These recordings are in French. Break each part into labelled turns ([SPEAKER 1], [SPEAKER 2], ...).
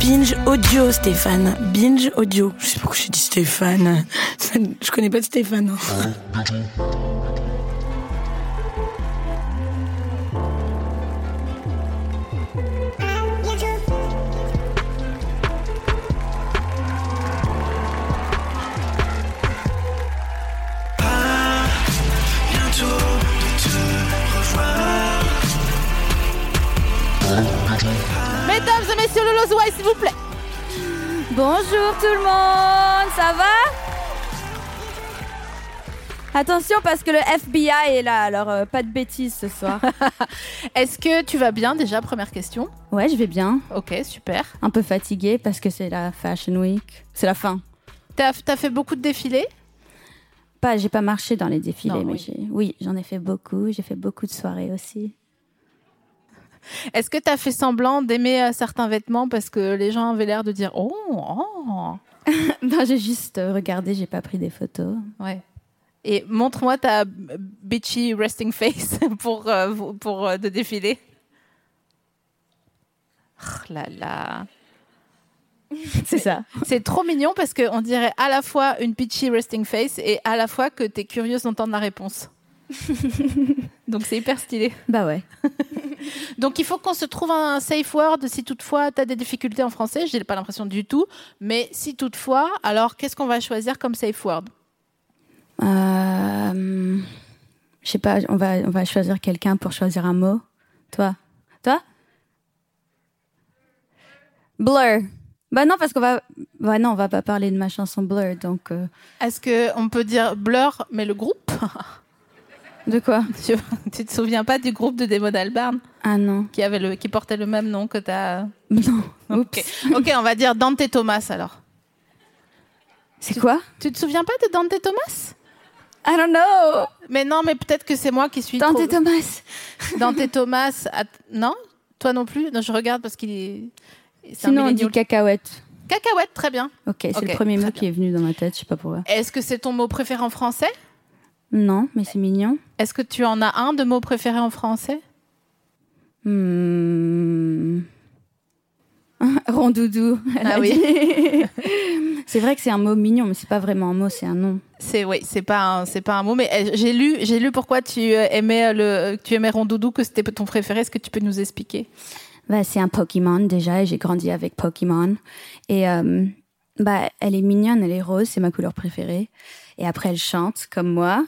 [SPEAKER 1] Binge audio, Stéphane. Binge audio. Je sais pas pourquoi j'ai dit Stéphane. Je connais pas de Stéphane. hein.
[SPEAKER 2] Mesdames et messieurs, le Lozoy, s'il vous plaît.
[SPEAKER 3] Bonjour tout le monde, ça va Attention parce que le FBI est là, alors euh, pas de bêtises ce soir.
[SPEAKER 2] Est-ce que tu vas bien déjà Première question.
[SPEAKER 3] ouais, je vais bien.
[SPEAKER 2] Ok, super.
[SPEAKER 3] Un peu fatiguée parce que c'est la Fashion Week. C'est la fin.
[SPEAKER 2] T'as as fait beaucoup de défilés
[SPEAKER 3] Pas, j'ai pas marché dans les défilés,
[SPEAKER 2] Non,
[SPEAKER 3] mais
[SPEAKER 2] oui.
[SPEAKER 3] j'ai- oui, j'en ai fait beaucoup. J'ai fait beaucoup de soirées aussi.
[SPEAKER 2] Est-ce que t'as fait semblant d'aimer euh, certains vêtements parce que les gens avaient l'air de dire oh, oh.
[SPEAKER 3] non, j'ai juste euh, regardé, j'ai pas pris des photos.
[SPEAKER 2] Ouais. Et montre-moi ta euh, bitchy resting face pour euh, vous- pour euh, de défiler. Oh là là.
[SPEAKER 3] C'est ça.
[SPEAKER 2] C'est trop mignon parce qu'on dirait à la fois une bitchy resting face et à la fois que t'es curieuse d'entendre la réponse. Donc c'est hyper stylé.
[SPEAKER 3] Bah ouais.
[SPEAKER 2] Donc il faut qu'on se trouve un safe word si toutefois tu as des difficultés en français. Je n'ai pas l'impression du tout. Mais si toutefois, alors qu'est-ce qu'on va choisir comme safe word
[SPEAKER 3] Euh, hum, je sais pas, on va, on va choisir quelqu'un pour choisir un mot. Toi Toi Blur. Bah non, parce qu'on va. Bah non, on va pas parler de ma chanson Blur, donc. euh,
[SPEAKER 2] Est-ce qu'on peut dire Blur, mais le groupe
[SPEAKER 3] de quoi
[SPEAKER 2] Tu tu te souviens pas du groupe de Damon Albarn
[SPEAKER 3] Ah non.
[SPEAKER 2] qui, avait le, qui portait le même nom que ta...
[SPEAKER 3] Non. Oups.
[SPEAKER 2] Ok. ok, on va dire Dante Thomas alors.
[SPEAKER 3] C'est quoi
[SPEAKER 2] Tu te souviens pas de Dante Thomas
[SPEAKER 3] I don't know
[SPEAKER 2] Mais non, mais peut-être que c'est moi qui suis
[SPEAKER 3] Dante
[SPEAKER 2] trop-
[SPEAKER 3] Thomas
[SPEAKER 2] Dante Thomas. att- Non Toi non plus Non, je regarde parce qu'il est... c'est un
[SPEAKER 3] Sinon, on dit
[SPEAKER 2] millennial.
[SPEAKER 3] cacahuète.
[SPEAKER 2] Cacahuète, très bien.
[SPEAKER 3] Ok, c'est
[SPEAKER 2] Ok,
[SPEAKER 3] le premier
[SPEAKER 2] très
[SPEAKER 3] mot qui est venu dans ma tête, je sais pas pourquoi.
[SPEAKER 2] Est-ce que c'est ton mot préféré en français
[SPEAKER 3] Non, mais c'est mignon.
[SPEAKER 2] Est-ce que tu en as un de mots préférés en français
[SPEAKER 3] Hmm. Rondoudou. elle
[SPEAKER 2] Ah
[SPEAKER 3] a
[SPEAKER 2] oui.
[SPEAKER 3] dit. c'est vrai que c'est un mot mignon, mais c'est pas vraiment un mot, c'est un nom.
[SPEAKER 2] C'est oui, c'est pas un, c'est pas un mot, mais euh, j'ai lu, j'ai lu pourquoi tu euh, aimais euh, le, euh, que tu aimais Rondoudou, que c'était ton préféré. Est-ce que tu peux nous expliquer
[SPEAKER 3] Bah, c'est un Pokémon déjà, et j'ai grandi avec Pokémon. Et euh, bah, elle est mignonne, elle est rose, c'est ma couleur préférée. Et après, elle chante comme moi.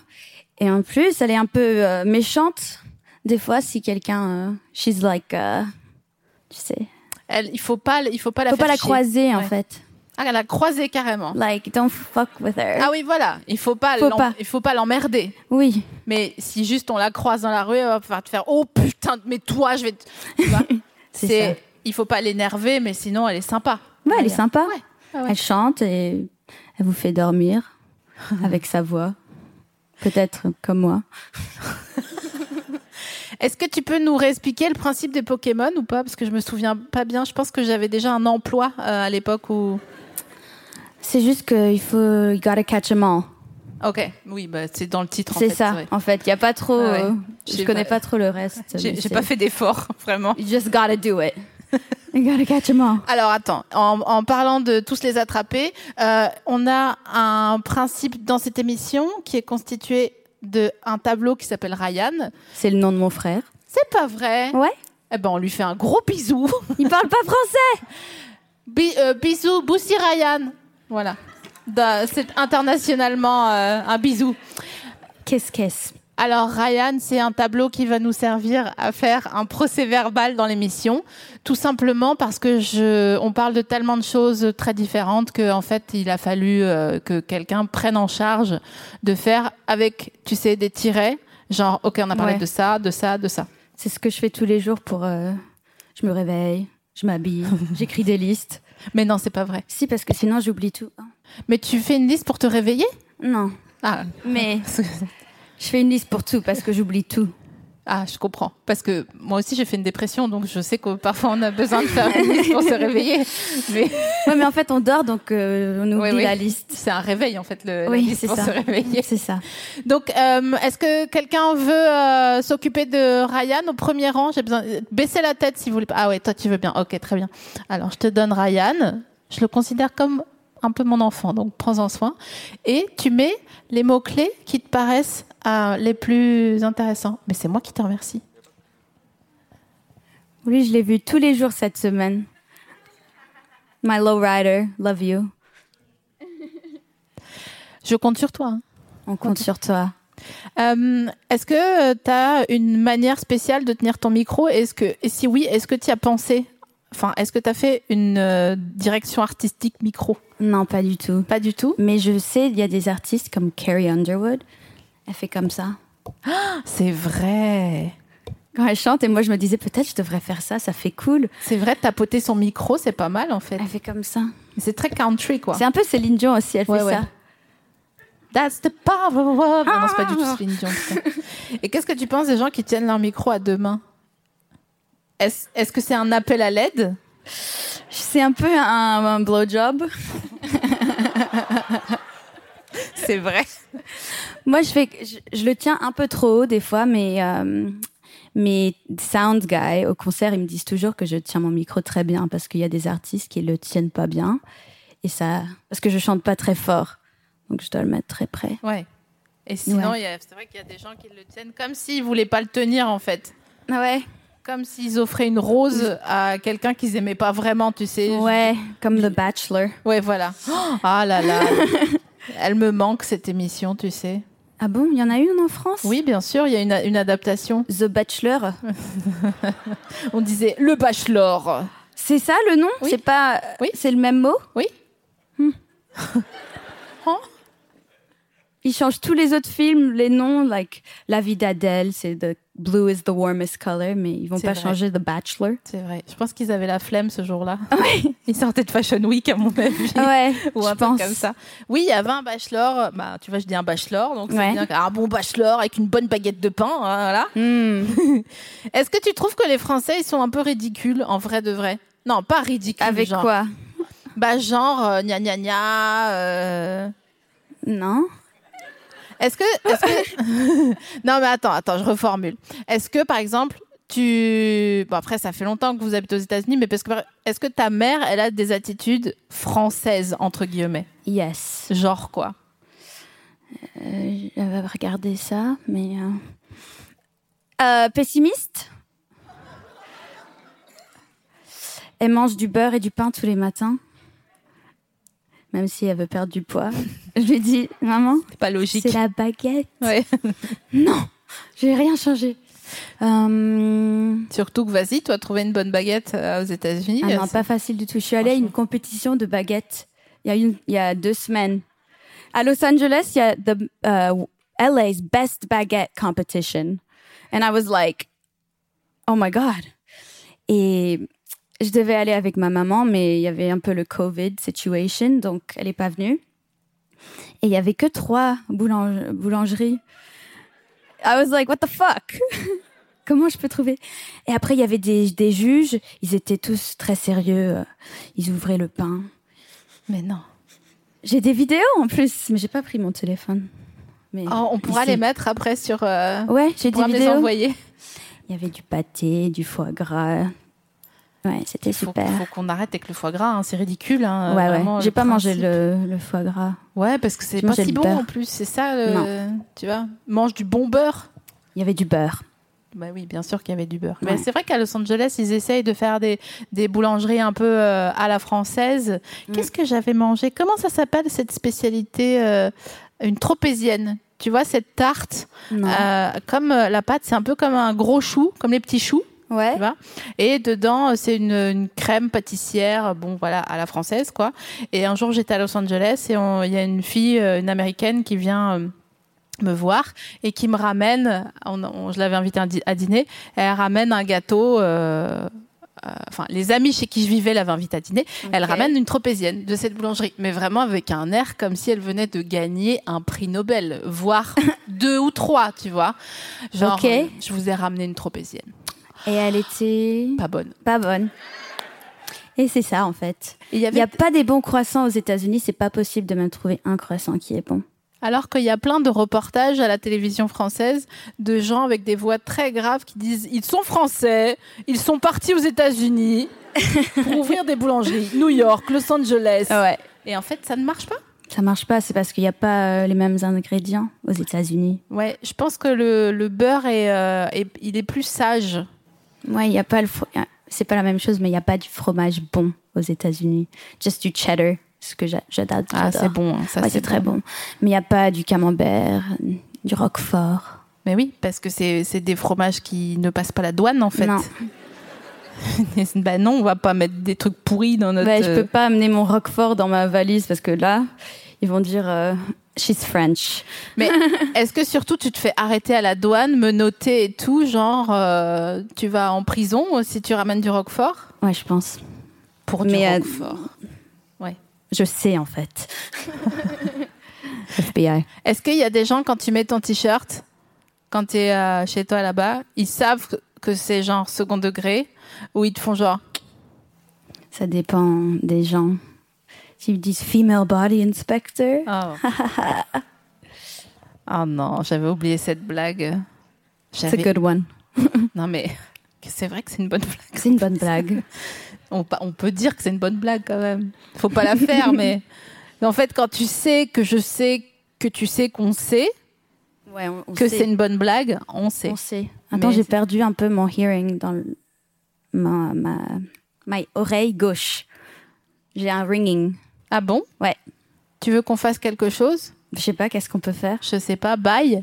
[SPEAKER 3] Et en plus, elle est un peu euh, méchante. Des fois, si quelqu'un, euh, she's like, euh, tu sais,
[SPEAKER 2] Elle, il faut pas, il faut pas la,
[SPEAKER 3] faut pas
[SPEAKER 2] faire
[SPEAKER 3] la
[SPEAKER 2] chier.
[SPEAKER 3] croiser en
[SPEAKER 2] Ouais.
[SPEAKER 3] fait.
[SPEAKER 2] Ah, elle a croisé carrément.
[SPEAKER 3] Like, don't fuck with her.
[SPEAKER 2] Ah oui, voilà, il faut pas,
[SPEAKER 3] Faut
[SPEAKER 2] l'em-
[SPEAKER 3] pas.
[SPEAKER 2] il faut pas l'emmerder.
[SPEAKER 3] oui.
[SPEAKER 2] Mais si juste on la croise dans la rue, elle va pouvoir te faire oh putain, mais toi, je vais. te- Tu vois
[SPEAKER 3] C'est ça.
[SPEAKER 2] il faut pas l'énerver, mais sinon elle est sympa.
[SPEAKER 3] Ouais, elle est sympa.
[SPEAKER 2] Ouais. Ah ouais.
[SPEAKER 3] Elle chante et elle vous fait dormir avec sa voix. Peut-être comme moi.
[SPEAKER 2] Est-ce que tu peux nous réexpliquer le principe des Pokémon ou pas Parce que je me souviens pas bien. Je pense que j'avais déjà un emploi euh, à l'époque où.
[SPEAKER 3] C'est juste qu'il faut. You gotta catch 'em all.
[SPEAKER 2] Ok, oui, bah, c'est dans le titre. en
[SPEAKER 3] C'est
[SPEAKER 2] fait,
[SPEAKER 3] ça,
[SPEAKER 2] ouais.
[SPEAKER 3] en fait. Il n'y a pas trop.
[SPEAKER 2] Ah ouais.
[SPEAKER 3] euh,
[SPEAKER 2] J'ai
[SPEAKER 3] je connais
[SPEAKER 2] pas-
[SPEAKER 3] pas... trop le reste. mais
[SPEAKER 2] J'ai j'ai
[SPEAKER 3] c'est-
[SPEAKER 2] pas fait d'effort, vraiment.
[SPEAKER 3] You just gotta do it. You gotta catch 'em all.
[SPEAKER 2] Alors attends, en, en parlant de tous les attraper, euh, on a un principe dans cette émission qui est constitué de un tableau qui s'appelle Ryan.
[SPEAKER 3] C'est le nom de mon frère.
[SPEAKER 2] C'est pas vrai
[SPEAKER 3] Ouais.
[SPEAKER 2] Eh ben on lui fait un gros bisou.
[SPEAKER 3] Il parle pas français.
[SPEAKER 2] Bi- euh, bisous, Boussi Ryan. Voilà. Da- C'est internationalement euh, un bisou.
[SPEAKER 3] Qu'est-ce qu'est-ce
[SPEAKER 2] Alors Ryan, c'est un tableau qui va nous servir à faire un procès-verbal dans l'émission, tout simplement parce que je, on parle de tellement de choses très différentes que en fait il a fallu euh, que quelqu'un prenne en charge de faire avec, tu sais, des tirets, genre ok on a parlé
[SPEAKER 3] Ouais.
[SPEAKER 2] de ça, de ça, de ça.
[SPEAKER 3] C'est ce que je fais tous les jours pour. euh, je me réveille, je m'habille, j'écris des listes.
[SPEAKER 2] Mais non, c'est pas vrai.
[SPEAKER 3] Si, parce que sinon j'oublie tout.
[SPEAKER 2] Mais tu fais une liste pour te réveiller
[SPEAKER 3] Non,
[SPEAKER 2] Ah,
[SPEAKER 3] mais je fais une liste pour tout parce que j'oublie tout.
[SPEAKER 2] ah, je comprends. Parce que moi aussi, j'ai fait une dépression, donc je sais que parfois on a besoin de faire une liste pour se réveiller. Mais
[SPEAKER 3] Ouais, mais en fait, on dort donc euh, on oublie
[SPEAKER 2] Oui, oui.
[SPEAKER 3] la liste.
[SPEAKER 2] c'est un réveil, en fait, le, la
[SPEAKER 3] Oui,
[SPEAKER 2] liste
[SPEAKER 3] c'est
[SPEAKER 2] pour
[SPEAKER 3] ça.
[SPEAKER 2] se réveiller.
[SPEAKER 3] C'est ça.
[SPEAKER 2] Donc, euh, est-ce que quelqu'un veut euh, s'occuper de Ryan au premier rang J'ai besoin. Baissez la tête si vous voulez. pas. Ah ouais, toi tu veux bien. Ok, très bien. Alors, je te donne Ryan. Je le considère comme un peu mon enfant, donc prends-en soin. Et tu mets les mots-clés qui te paraissent euh, les plus intéressants. Mais c'est moi qui te remercie.
[SPEAKER 3] Oui, je l'ai vu tous les jours cette semaine. My lowrider, love you.
[SPEAKER 2] Je compte sur toi. hein.
[SPEAKER 3] On compte sur toi.
[SPEAKER 2] Euh, est-ce que tu as une manière spéciale de tenir ton micro est-ce que, Et si oui, est-ce que tu as pensé Enfin, est-ce que tu as fait une euh, direction artistique micro
[SPEAKER 3] Non, pas du tout.
[SPEAKER 2] Pas du tout.
[SPEAKER 3] Mais je sais, il y a des artistes comme Carrie Underwood. Elle fait comme ça.
[SPEAKER 2] C'est vrai.
[SPEAKER 3] Quand elle chante, et moi je me disais peut-être je devrais faire ça, ça fait cool.
[SPEAKER 2] C'est vrai, tapoter son micro, c'est pas mal en fait.
[SPEAKER 3] Elle fait comme ça.
[SPEAKER 2] C'est très country quoi.
[SPEAKER 3] C'est un peu Céline Dion aussi, elle
[SPEAKER 2] Ouais,
[SPEAKER 3] fait
[SPEAKER 2] ouais.
[SPEAKER 3] ça.
[SPEAKER 2] That's the power of- Non, c'est pas du tout Céline Dion, putain. Ah. Et qu'est-ce que tu penses des gens qui tiennent leur micro à deux mains Est-ce est-ce que c'est un appel à l'aide
[SPEAKER 3] C'est un peu un, un blowjob.
[SPEAKER 2] C'est vrai.
[SPEAKER 3] Moi je fais, je, je le tiens un peu trop haut des fois, mais euh, mes sound guys au concert ils me disent toujours que je tiens mon micro très bien parce qu'il y a des artistes qui le tiennent pas bien et ça parce que je chante pas très fort, donc je dois le mettre très près.
[SPEAKER 2] Ouais. Et sinon,
[SPEAKER 3] Ouais.
[SPEAKER 2] il y a- c'est vrai qu'il y a des gens qui le tiennent comme s'ils voulaient pas le tenir en fait.
[SPEAKER 3] Ah ouais.
[SPEAKER 2] Comme s'ils offraient une rose à quelqu'un qu'ils aimaient pas vraiment, tu sais. Je-
[SPEAKER 3] Ouais, comme The Bachelor.
[SPEAKER 2] Ouais, voilà. Oh, ah là là. Elle me manque cette émission, tu sais.
[SPEAKER 3] Ah bon, il y en a une en France
[SPEAKER 2] Oui, bien sûr, il y a une, a- une adaptation.
[SPEAKER 3] The Bachelor.
[SPEAKER 2] On disait le bachelor.
[SPEAKER 3] C'est ça le nom
[SPEAKER 2] Oui.
[SPEAKER 3] C'est pas
[SPEAKER 2] Oui.
[SPEAKER 3] c'est le même mot
[SPEAKER 2] Oui. Hein
[SPEAKER 3] Ils changent tous les autres films, les noms, like La vie d'Adèle, c'est The Blue is the warmest color, mais ils vont
[SPEAKER 2] C'est
[SPEAKER 3] pas
[SPEAKER 2] vrai.
[SPEAKER 3] changer The Bachelor.
[SPEAKER 2] C'est vrai. Je pense qu'ils avaient la flemme ce jour-là. Ils sortaient de Fashion Week, à mon avis.
[SPEAKER 3] Ouais,
[SPEAKER 2] Ou
[SPEAKER 3] je
[SPEAKER 2] un peu
[SPEAKER 3] pense.
[SPEAKER 2] comme ça. Oui, il y avait un bachelor. Bah, tu vois, je dis un bachelor, donc c'est
[SPEAKER 3] Ouais.
[SPEAKER 2] bien un bon bachelor avec une bonne baguette de pain. hein, Voilà.
[SPEAKER 3] Hmm.
[SPEAKER 2] Est-ce que tu trouves que les Français ils sont un peu ridicules en vrai de vrai Non, pas ridicules.
[SPEAKER 3] Avec
[SPEAKER 2] genre.
[SPEAKER 3] quoi
[SPEAKER 2] Bah genre euh, gna gna gna. euh,
[SPEAKER 3] Non
[SPEAKER 2] Est-ce que, est-ce que... non mais attends, attends, je reformule. Est-ce que par exemple, tu, bon après ça fait longtemps que vous habitez aux États-Unis, mais parce que est-ce que ta mère, elle a des attitudes françaises entre guillemets,
[SPEAKER 3] Yes.
[SPEAKER 2] genre quoi
[SPEAKER 3] Euh, J'avais regardé ça, mais. euh, euh, pessimiste Elle mange du beurre et du pain tous les matins. Même si elle veut perdre du poids. Je lui dis, maman,
[SPEAKER 2] C'est pas logique.
[SPEAKER 3] c'est la baguette.
[SPEAKER 2] Ouais.
[SPEAKER 3] Non, je vais rien changer. Euh,
[SPEAKER 2] Surtout que vas-y, toi trouver une bonne baguette euh, aux États-Unis.
[SPEAKER 3] Ah non,
[SPEAKER 2] c'est-
[SPEAKER 3] pas facile du tout. Je suis allée à une compétition de baguettes il y a, une, il y a deux semaines. À Los Angeles, il y a the, uh, LA's Best Baguette Competition. And I was like, oh my God. Et je devais aller avec ma maman, mais il y avait un peu le COVID situation, donc elle n'est pas venue. Et il y avait que trois boulang- boulangeries. I was like, what the fuck? Comment je peux trouver Et après, il y avait des, des juges. Ils étaient tous très sérieux. euh, Ils ouvraient le pain.
[SPEAKER 2] Mais non.
[SPEAKER 3] J'ai des vidéos en plus, mais j'ai pas pris mon téléphone. Mais
[SPEAKER 2] Oh, on pourra
[SPEAKER 3] ici.
[SPEAKER 2] les mettre après sur. euh,
[SPEAKER 3] Ouais, j'ai
[SPEAKER 2] on
[SPEAKER 3] des
[SPEAKER 2] pourra me les
[SPEAKER 3] vidéos.
[SPEAKER 2] envoyer.
[SPEAKER 3] Il y avait du pâté, du foie gras. Ouais, c'était
[SPEAKER 2] Faut,
[SPEAKER 3] super.
[SPEAKER 2] faut qu'on arrête avec le foie gras, hein, c'est ridicule. hein,
[SPEAKER 3] ouais,
[SPEAKER 2] vraiment,
[SPEAKER 3] ouais. J'ai
[SPEAKER 2] le
[SPEAKER 3] pas mangé
[SPEAKER 2] principe.
[SPEAKER 3] le, le foie gras.
[SPEAKER 2] Ouais, parce que c'est
[SPEAKER 3] Je
[SPEAKER 2] pas
[SPEAKER 3] mangeais
[SPEAKER 2] si
[SPEAKER 3] le
[SPEAKER 2] bon
[SPEAKER 3] beurre.
[SPEAKER 2] en plus, c'est ça. le- Tu vois, mange du bon beurre.
[SPEAKER 3] Il y avait du beurre.
[SPEAKER 2] Bah oui, bien sûr qu'il y avait du beurre. Mais
[SPEAKER 3] Ouais.
[SPEAKER 2] c'est vrai qu'à Los Angeles, ils essayent de faire des, des boulangeries un peu euh, à la française. Qu'est-ce que j'avais mangé Comment ça s'appelle cette spécialité euh, Une tropézienne. Tu vois, cette tarte,
[SPEAKER 3] Non.
[SPEAKER 2] euh, comme euh, la pâte, c'est un peu comme un gros chou, comme les petits choux.
[SPEAKER 3] ouais.
[SPEAKER 2] tu vois. Et dedans, euh, c'est une, une crème pâtissière, euh, bon voilà, à la française quoi. Et un jour, j'étais à Los Angeles et on- il y a une fille, euh, une américaine, qui vient euh, me voir et qui me ramène, on- on- je l'avais invitée à di- à dîner, et elle ramène un gâteau. euh, euh, Enfin, les amis chez qui je vivais l'avaient invitée à dîner. Elle
[SPEAKER 3] Ok.
[SPEAKER 2] ramène une tropézienne de cette boulangerie, mais vraiment avec un air comme si elle venait de gagner un prix Nobel, voire deux ou trois, tu vois. Genre,
[SPEAKER 3] Ok.
[SPEAKER 2] euh, je vous ai ramené une tropézienne,
[SPEAKER 3] Et elle était
[SPEAKER 2] pas bonne.
[SPEAKER 3] pas bonne. Et c'est ça en fait.
[SPEAKER 2] Et il y
[SPEAKER 3] Il
[SPEAKER 2] avait-
[SPEAKER 3] n'y a pas des bons croissants aux États-Unis, c'est pas possible de même trouver un croissant qui est bon.
[SPEAKER 2] Alors qu'il y a plein de reportages à la télévision française de gens avec des voix très graves qui disent ils sont français, ils sont partis aux États-Unis pour ouvrir des boulangeries, New York, Los Angeles.
[SPEAKER 3] Ouais.
[SPEAKER 2] Et en fait, ça ne marche pas.
[SPEAKER 3] Ça marche pas, c'est parce qu'il n'y a pas euh, les mêmes ingrédients aux États-Unis.
[SPEAKER 2] Ouais, je pense que le, le beurre est, euh, est- il est plus sage.
[SPEAKER 3] Ouais, il y a pas le fro- euh, c'est pas la même chose, mais il n'y a pas du fromage bon aux États-Unis. Just du cheddar, ce que j'a- j'adore. j'adore.
[SPEAKER 2] Ah, bon, hein, ça
[SPEAKER 3] Ouais, Ah, c'est très bon. Mais il n'y a pas du camembert, du roquefort.
[SPEAKER 2] Mais oui, parce que c'est c'est des fromages qui ne passent pas la douane en fait.
[SPEAKER 3] Non.
[SPEAKER 2] bah non, on va pas mettre des trucs pourris dans notre.
[SPEAKER 3] Ouais, je
[SPEAKER 2] euh,
[SPEAKER 3] peux pas amener mon roquefort dans ma valise parce que là, ils vont dire euh, she's French.
[SPEAKER 2] Mais est-ce que surtout tu te fais arrêter à la douane, me noter et tout, genre euh, tu vas en prison euh, si tu ramènes du roquefort
[SPEAKER 3] Ouais, je pense.
[SPEAKER 2] pour
[SPEAKER 3] du Mais, euh,
[SPEAKER 2] roquefort
[SPEAKER 3] Je sais en fait. FBI.
[SPEAKER 2] Est-ce qu'il y a des gens quand tu mets ton t-shirt, quand tu es chez toi là-bas, ils savent que- que c'est genre second degré ou ils te font genre
[SPEAKER 3] Ça dépend des gens. S'ils me disent female body inspector,
[SPEAKER 2] oh, non, j'avais oublié cette blague.
[SPEAKER 3] c'est a
[SPEAKER 2] J'avais...
[SPEAKER 3] good one.
[SPEAKER 2] Non mais c'est vrai que c'est une bonne blague.
[SPEAKER 3] C'est une bonne blague.
[SPEAKER 2] On, pa- on peut dire que c'est une bonne blague quand même. Faut pas la faire, mais mais en fait, quand tu sais que je sais que tu sais qu'on sait
[SPEAKER 3] Ouais, on, on
[SPEAKER 2] que
[SPEAKER 3] sait.
[SPEAKER 2] c'est une bonne blague, on sait.
[SPEAKER 3] On sait. Attends,
[SPEAKER 2] Mais
[SPEAKER 3] j'ai
[SPEAKER 2] c'est-
[SPEAKER 3] perdu un peu mon hearing dans le- ma, ma, ma oreille gauche. J'ai un ringing.
[SPEAKER 2] Ah bon
[SPEAKER 3] Ouais.
[SPEAKER 2] Tu veux qu'on fasse quelque chose
[SPEAKER 3] Je sais pas, qu'est-ce qu'on peut faire
[SPEAKER 2] Je sais pas. Bye.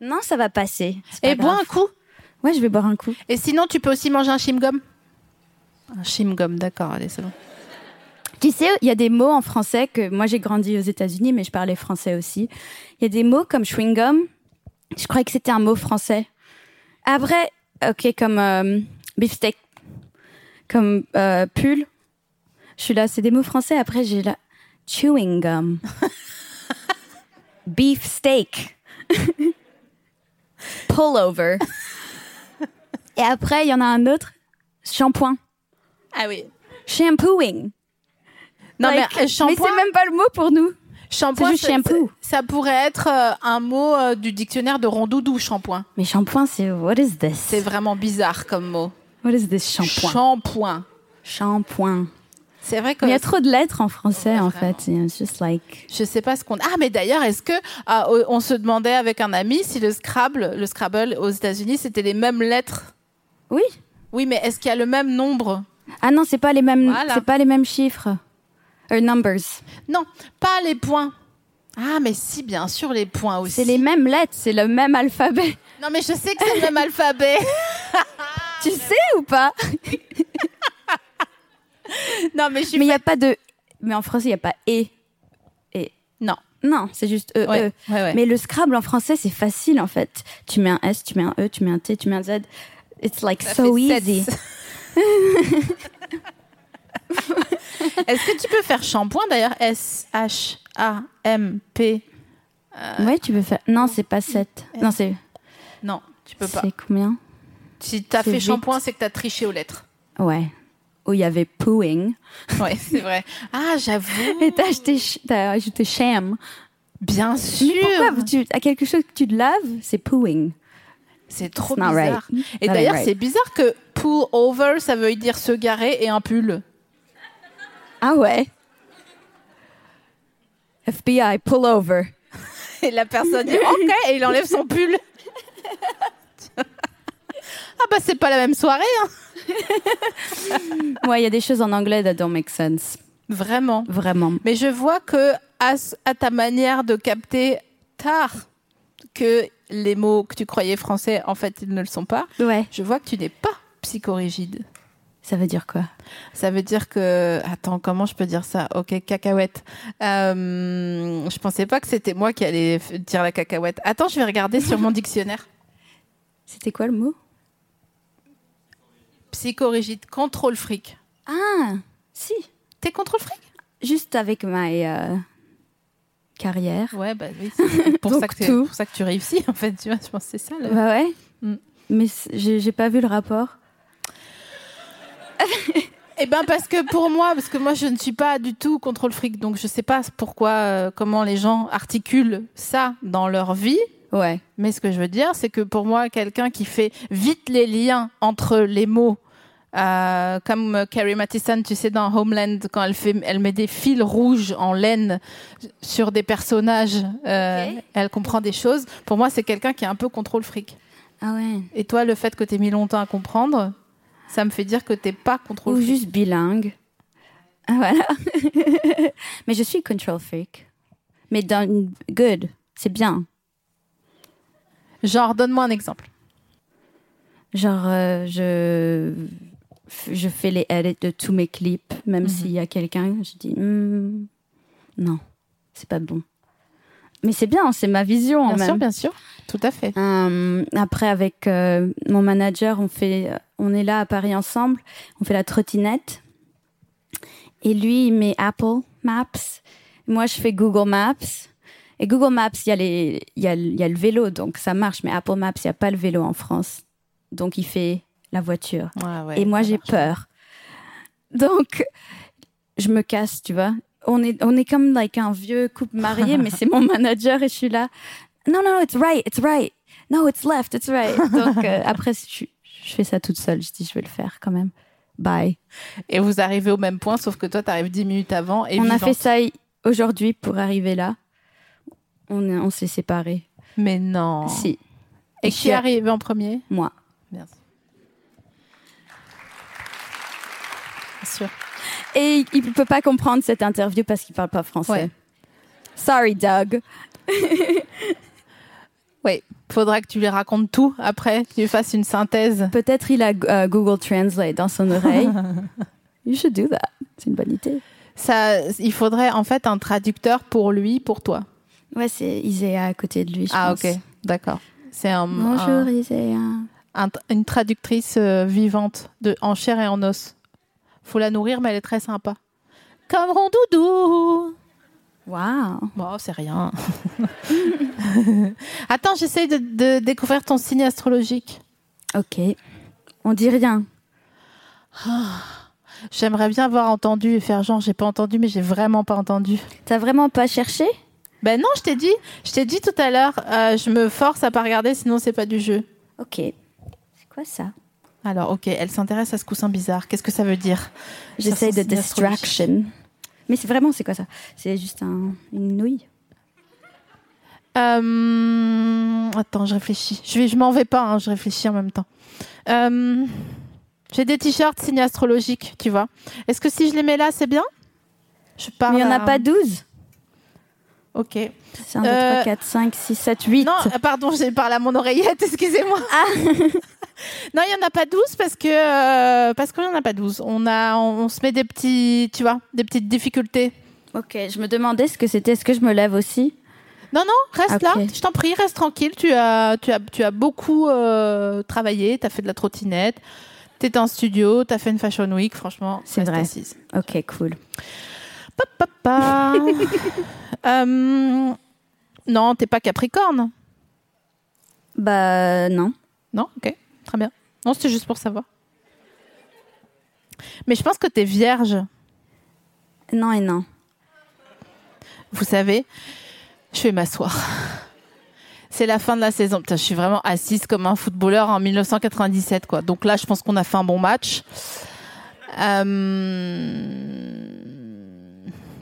[SPEAKER 3] Non, ça va passer. C'est pas
[SPEAKER 2] Et bois un
[SPEAKER 3] grave.
[SPEAKER 2] coup.
[SPEAKER 3] Eh ben, Ouais, je vais boire un coup.
[SPEAKER 2] Et sinon, tu peux aussi manger un chewing-gum. Un chewing-gum, d'accord. Allez, c'est bon.
[SPEAKER 3] Tu sais, il y a des mots en français que moi j'ai grandi aux États-Unis, mais je parlais français aussi. Il y a des mots comme chewing gum. Je croyais que c'était un mot français. Après, ok, comme euh, beefsteak, comme euh, pull. Je suis là, c'est des mots français. Après, j'ai là chewing gum, beefsteak, pullover. Et après, il y en a un autre, shampoing,
[SPEAKER 2] Ah oui.
[SPEAKER 3] shampooing.
[SPEAKER 2] Non
[SPEAKER 3] Like,
[SPEAKER 2] mais euh, shampoing.
[SPEAKER 3] Bah, c'est même pas le mot pour nous.
[SPEAKER 2] shampoing,
[SPEAKER 3] c'est juste
[SPEAKER 2] ça-
[SPEAKER 3] shampoo.
[SPEAKER 2] Ça, ça pourrait être euh, un mot euh, du dictionnaire de rondoudou. Shampoing.
[SPEAKER 3] Mais shampoing, c'est what is this
[SPEAKER 2] C'est vraiment bizarre comme mot.
[SPEAKER 3] What is this shampoing
[SPEAKER 2] Shampoing.
[SPEAKER 3] Shampoing.
[SPEAKER 2] C'est vrai que
[SPEAKER 3] Mais il y a trop de lettres en français
[SPEAKER 2] Ouais,
[SPEAKER 3] en
[SPEAKER 2] vraiment.
[SPEAKER 3] fait. It's just like
[SPEAKER 2] Je sais pas ce qu'on. Ah, mais d'ailleurs, est-ce que ah, o- on se demandait avec un ami si le Scrabble, le Scrabble aux États-Unis, c'était les mêmes lettres
[SPEAKER 3] oui.
[SPEAKER 2] Oui, mais est-ce qu'il y a le même nombre
[SPEAKER 3] Ah non, c'est pas les mêmes.
[SPEAKER 2] Voilà.
[SPEAKER 3] C'est pas les mêmes chiffres. Or numbers.
[SPEAKER 2] Non, pas les points. Ah, mais si, bien sûr, les points aussi.
[SPEAKER 3] C'est les mêmes lettres. C'est le même alphabet.
[SPEAKER 2] Non, mais je sais que c'est le même alphabet.
[SPEAKER 3] tu sais ou pas
[SPEAKER 2] Non, mais je suis.
[SPEAKER 3] Mais il y a pas de. e. Mais en français, il y a pas et.
[SPEAKER 2] Non.
[SPEAKER 3] Non, c'est juste e.
[SPEAKER 2] Ouais,
[SPEAKER 3] E.
[SPEAKER 2] ouais, ouais.
[SPEAKER 3] Mais le Scrabble en français, c'est facile en fait. Tu mets un S, tu mets un E, tu mets un T, tu mets un Z. It's like
[SPEAKER 2] Ça
[SPEAKER 3] so
[SPEAKER 2] fait sept.
[SPEAKER 3] easy.
[SPEAKER 2] Est-ce que tu peux faire shampoing d'ailleurs S H A M P
[SPEAKER 3] Ouais, tu peux faire. Non, c'est pas 7. Non, c'est.
[SPEAKER 2] Non, tu Euh, peux pas.
[SPEAKER 3] C'est combien
[SPEAKER 2] Si t'as
[SPEAKER 3] c'est
[SPEAKER 2] fait
[SPEAKER 3] vite.
[SPEAKER 2] shampoing, c'est que t'as triché aux lettres.
[SPEAKER 3] Ouais. Où il y avait pooing.
[SPEAKER 2] Ouais, c'est vrai. Ah, j'avoue.
[SPEAKER 3] Et t'as acheté, ch- t'as ajouté sham.
[SPEAKER 2] Bien sûr.
[SPEAKER 3] Mais pourquoi tu, à quelque chose que tu te laves, c'est pooing.
[SPEAKER 2] C'est trop
[SPEAKER 3] It's not
[SPEAKER 2] bizarre.
[SPEAKER 3] right.
[SPEAKER 2] Et
[SPEAKER 3] That ain't
[SPEAKER 2] d'ailleurs,
[SPEAKER 3] right.
[SPEAKER 2] c'est bizarre que pull over, ça veut dire se garer et un pull.
[SPEAKER 3] Ah ouais. FBI, pull over.
[SPEAKER 2] Et la personne dit OK et il enlève son pull. ah bah c'est pas la même soirée. hein.
[SPEAKER 3] Ouais, il y a des choses en anglais that don't make sense.
[SPEAKER 2] Vraiment.
[SPEAKER 3] Vraiment.
[SPEAKER 2] Mais je vois que à, s- à ta manière de capter tard que les mots que tu croyais français, en fait, ils ne le sont pas.
[SPEAKER 3] Ouais.
[SPEAKER 2] Je vois que tu n'es pas psychorigide.
[SPEAKER 3] Ça veut dire quoi
[SPEAKER 2] Ça veut dire que. Attends, comment je peux dire ça Ok, cacahuète. Euh, je pensais pas que c'était moi qui allais f- dire la cacahuète. Attends, je vais regarder sur mon dictionnaire.
[SPEAKER 3] C'était quoi le mot
[SPEAKER 2] Psychorigide, contrôle fric.
[SPEAKER 3] Ah, si.
[SPEAKER 2] T'es contrôle fric
[SPEAKER 3] Juste avec ma euh, carrière.
[SPEAKER 2] Ouais, bah oui. c'est Pour,
[SPEAKER 3] Donc
[SPEAKER 2] ça que t'es-
[SPEAKER 3] tout.
[SPEAKER 2] pour ça que tu réussis, en fait. Tu vois, je pense que c'est ça. le-
[SPEAKER 3] Bah ouais.
[SPEAKER 2] Mm.
[SPEAKER 3] Mais c- j'ai j'ai pas vu le rapport.
[SPEAKER 2] Eh ben parce que pour moi, parce que moi je ne suis pas du tout contre le fric, donc je sais pas pourquoi, euh, comment les gens articulent ça dans leur vie.
[SPEAKER 3] Ouais.
[SPEAKER 2] Mais ce que je veux dire, c'est que pour moi, quelqu'un qui fait vite les liens entre les mots, euh, comme euh, Carrie Mathison, tu sais, dans Homeland, quand elle fait, elle met des fils rouges en laine sur des personnages, euh,
[SPEAKER 3] Ok.
[SPEAKER 2] elle comprend des choses. Pour moi, c'est quelqu'un qui a un peu contrôle fric.
[SPEAKER 3] Ah ouais.
[SPEAKER 2] Et toi, le fait que t'aies mis longtemps à comprendre, ça me fait dire que t'es pas contrôle
[SPEAKER 3] Ou
[SPEAKER 2] fric.
[SPEAKER 3] juste bilingue. Ah, Voilà. Mais je suis control freak. Mais dans une- good, c'est bien.
[SPEAKER 2] Genre, donne-moi un exemple.
[SPEAKER 3] Genre, euh, je je fais les edits de tous mes clips,
[SPEAKER 2] Mhm.
[SPEAKER 3] même s'il y a quelqu'un, je dis Hmm, non, c'est pas bon. Mais c'est bien, c'est ma vision.
[SPEAKER 2] Bien
[SPEAKER 3] même.
[SPEAKER 2] sûr, bien sûr. Tout à fait.
[SPEAKER 3] Euh, après, avec euh, mon manager, on, fait, on est là à Paris ensemble. On fait la trottinette. Et lui, il met Apple Maps. Moi, je fais Google Maps. Et Google Maps, il y, a les- il y, a, il y a le vélo, donc ça marche. Mais Apple Maps, il n'y a pas le vélo en France. Donc, il fait la voiture. Et moi, j'ai peur. Donc, je me casse, tu vois. On est, on est comme like un vieux couple marié, mais c'est mon manager et je suis là. Non, non, it's right, it's right. No, it's left, it's right. Donc, euh, après, je, je fais ça toute seule. Je dis, je vais le faire quand même. Bye.
[SPEAKER 2] Et vous arrivez au même point, sauf que toi, t'arrives 10 minutes avant. Et
[SPEAKER 3] on a
[SPEAKER 2] vivante.
[SPEAKER 3] fait ça i- aujourd'hui pour arriver là. On, est- on s'est séparés.
[SPEAKER 2] Mais non.
[SPEAKER 3] Si,
[SPEAKER 2] Et
[SPEAKER 3] Je
[SPEAKER 2] qui
[SPEAKER 3] suis-
[SPEAKER 2] est arrivé en premier
[SPEAKER 3] moi.
[SPEAKER 2] Bien sûr. Bien sûr.
[SPEAKER 3] Et il ne peut pas comprendre cette interview parce qu'il parle pas français.
[SPEAKER 2] Ouais.
[SPEAKER 3] Sorry, Doug.
[SPEAKER 2] Oui. Faudra que tu lui racontes tout après, que tu fasses une synthèse.
[SPEAKER 3] Peut-être il a euh, Google Translate dans son oreille. you should do that. C'est une bonne idée.
[SPEAKER 2] Ça, il faudrait en fait un traducteur pour lui, pour toi.
[SPEAKER 3] Ouais, c'est Isaiah à côté de lui. je
[SPEAKER 2] ah,
[SPEAKER 3] pense.
[SPEAKER 2] ok. D'accord. C'est un,
[SPEAKER 3] Bonjour
[SPEAKER 2] un-
[SPEAKER 3] Isaiah.
[SPEAKER 2] un- une traductrice euh, vivante, de, en chair et en os. Faut la nourrir, mais elle est très sympa. Comme Rondoudou
[SPEAKER 3] Wow.
[SPEAKER 2] Bon, c'est rien. Attends, j'essaye de, de découvrir ton signe astrologique.
[SPEAKER 3] Ok. On dit rien.
[SPEAKER 2] J'aimerais bien avoir entendu et faire genre, j'ai pas entendu, mais j'ai vraiment pas entendu.
[SPEAKER 3] T'as vraiment pas cherché
[SPEAKER 2] Ben non, je t'ai dit, je t'ai dit tout à l'heure, euh, je me force à pas regarder, sinon c'est pas du jeu.
[SPEAKER 3] Ok. C'est quoi ça
[SPEAKER 2] Alors, ok, elle s'intéresse à ce coussin bizarre. Qu'est-ce que ça veut dire
[SPEAKER 3] J'essaie
[SPEAKER 2] Ça, c'est
[SPEAKER 3] de
[SPEAKER 2] signe astrologique.
[SPEAKER 3] distraction. Mais c'est vraiment, c'est quoi ça C'est juste un- une nouille.
[SPEAKER 2] Euh, Attends, je réfléchis. Je vais, je m'en vais pas, hein, je réfléchis en même temps. Euh, J'ai des t-shirts signes astrologiques, tu vois. Est-ce que si je les mets là, c'est bien Je parle.
[SPEAKER 3] Mais il n'y en a
[SPEAKER 2] à-
[SPEAKER 3] pas 12.
[SPEAKER 2] Ok.
[SPEAKER 3] C'est 1, 2,
[SPEAKER 2] Euh,
[SPEAKER 3] 3, 4, 5, 6, 7, 8.
[SPEAKER 2] Non, euh, pardon, j'ai parlé à mon oreillette, excusez-moi.
[SPEAKER 3] Ah.
[SPEAKER 2] non, il n'y en a pas 12 parce que euh, parce qu'il n'y en a pas 12. On a on, on se met des petits, tu vois, des petites difficultés.
[SPEAKER 3] Ok, je me demandais ce que c'était. Est-ce que je me lève aussi
[SPEAKER 2] Non non, reste
[SPEAKER 3] Ok.
[SPEAKER 2] là, je t'en prie, reste tranquille, tu as tu as tu as beaucoup euh, travaillé, tu as fait de la trottinette. T'étais en studio, t'as fait une fashion week, franchement.
[SPEAKER 3] C'est
[SPEAKER 2] reste
[SPEAKER 3] vrai.
[SPEAKER 2] assise.
[SPEAKER 3] Ok, cool.
[SPEAKER 2] Pop, pop, pop. Euh, non, t'es pas Capricorne.
[SPEAKER 3] Bah non.
[SPEAKER 2] Non, ok, très bien. Non, c'était juste pour savoir. Mais je pense que t'es vierge,
[SPEAKER 3] Non et non.
[SPEAKER 2] vous savez. Je vais m'asseoir. C'est la fin de la saison. Putain, je suis vraiment assise comme un footballeur en 1997, quoi. Donc là, je pense qu'on a fait un bon match. Euh,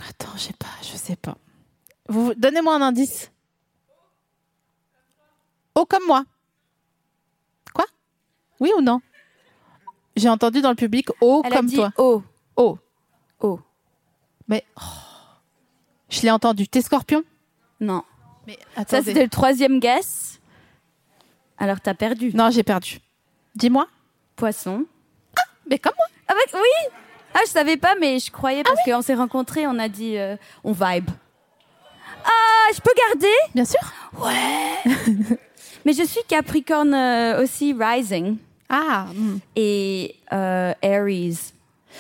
[SPEAKER 2] Attends, je sais pas, je sais pas. Vous... Donnez-moi un indice. Oh, comme moi. Quoi Oui ou non J'ai entendu dans le public oh
[SPEAKER 3] Elle
[SPEAKER 2] comme
[SPEAKER 3] a dit
[SPEAKER 2] toi.
[SPEAKER 3] oh,
[SPEAKER 2] Oh.
[SPEAKER 3] oh.
[SPEAKER 2] Mais oh. je l'ai entendu. T'es scorpion
[SPEAKER 3] Non.
[SPEAKER 2] Mais
[SPEAKER 3] Ça,
[SPEAKER 2] attendez.
[SPEAKER 3] c'était le troisième guess. Alors, t'as perdu.
[SPEAKER 2] Non, j'ai perdu. Dis-moi.
[SPEAKER 3] Poisson.
[SPEAKER 2] Mais comme moi.
[SPEAKER 3] Ah bah, oui Ah, je savais pas, mais je
[SPEAKER 2] Ah
[SPEAKER 3] croyais parce qu'on s'est rencontrés, on a dit euh, on vibe. Ah, je peux garder
[SPEAKER 2] Bien sûr.
[SPEAKER 3] Mais je suis Capricorne euh, aussi, Rising.
[SPEAKER 2] Ah, hmm.
[SPEAKER 3] Et euh, Aries.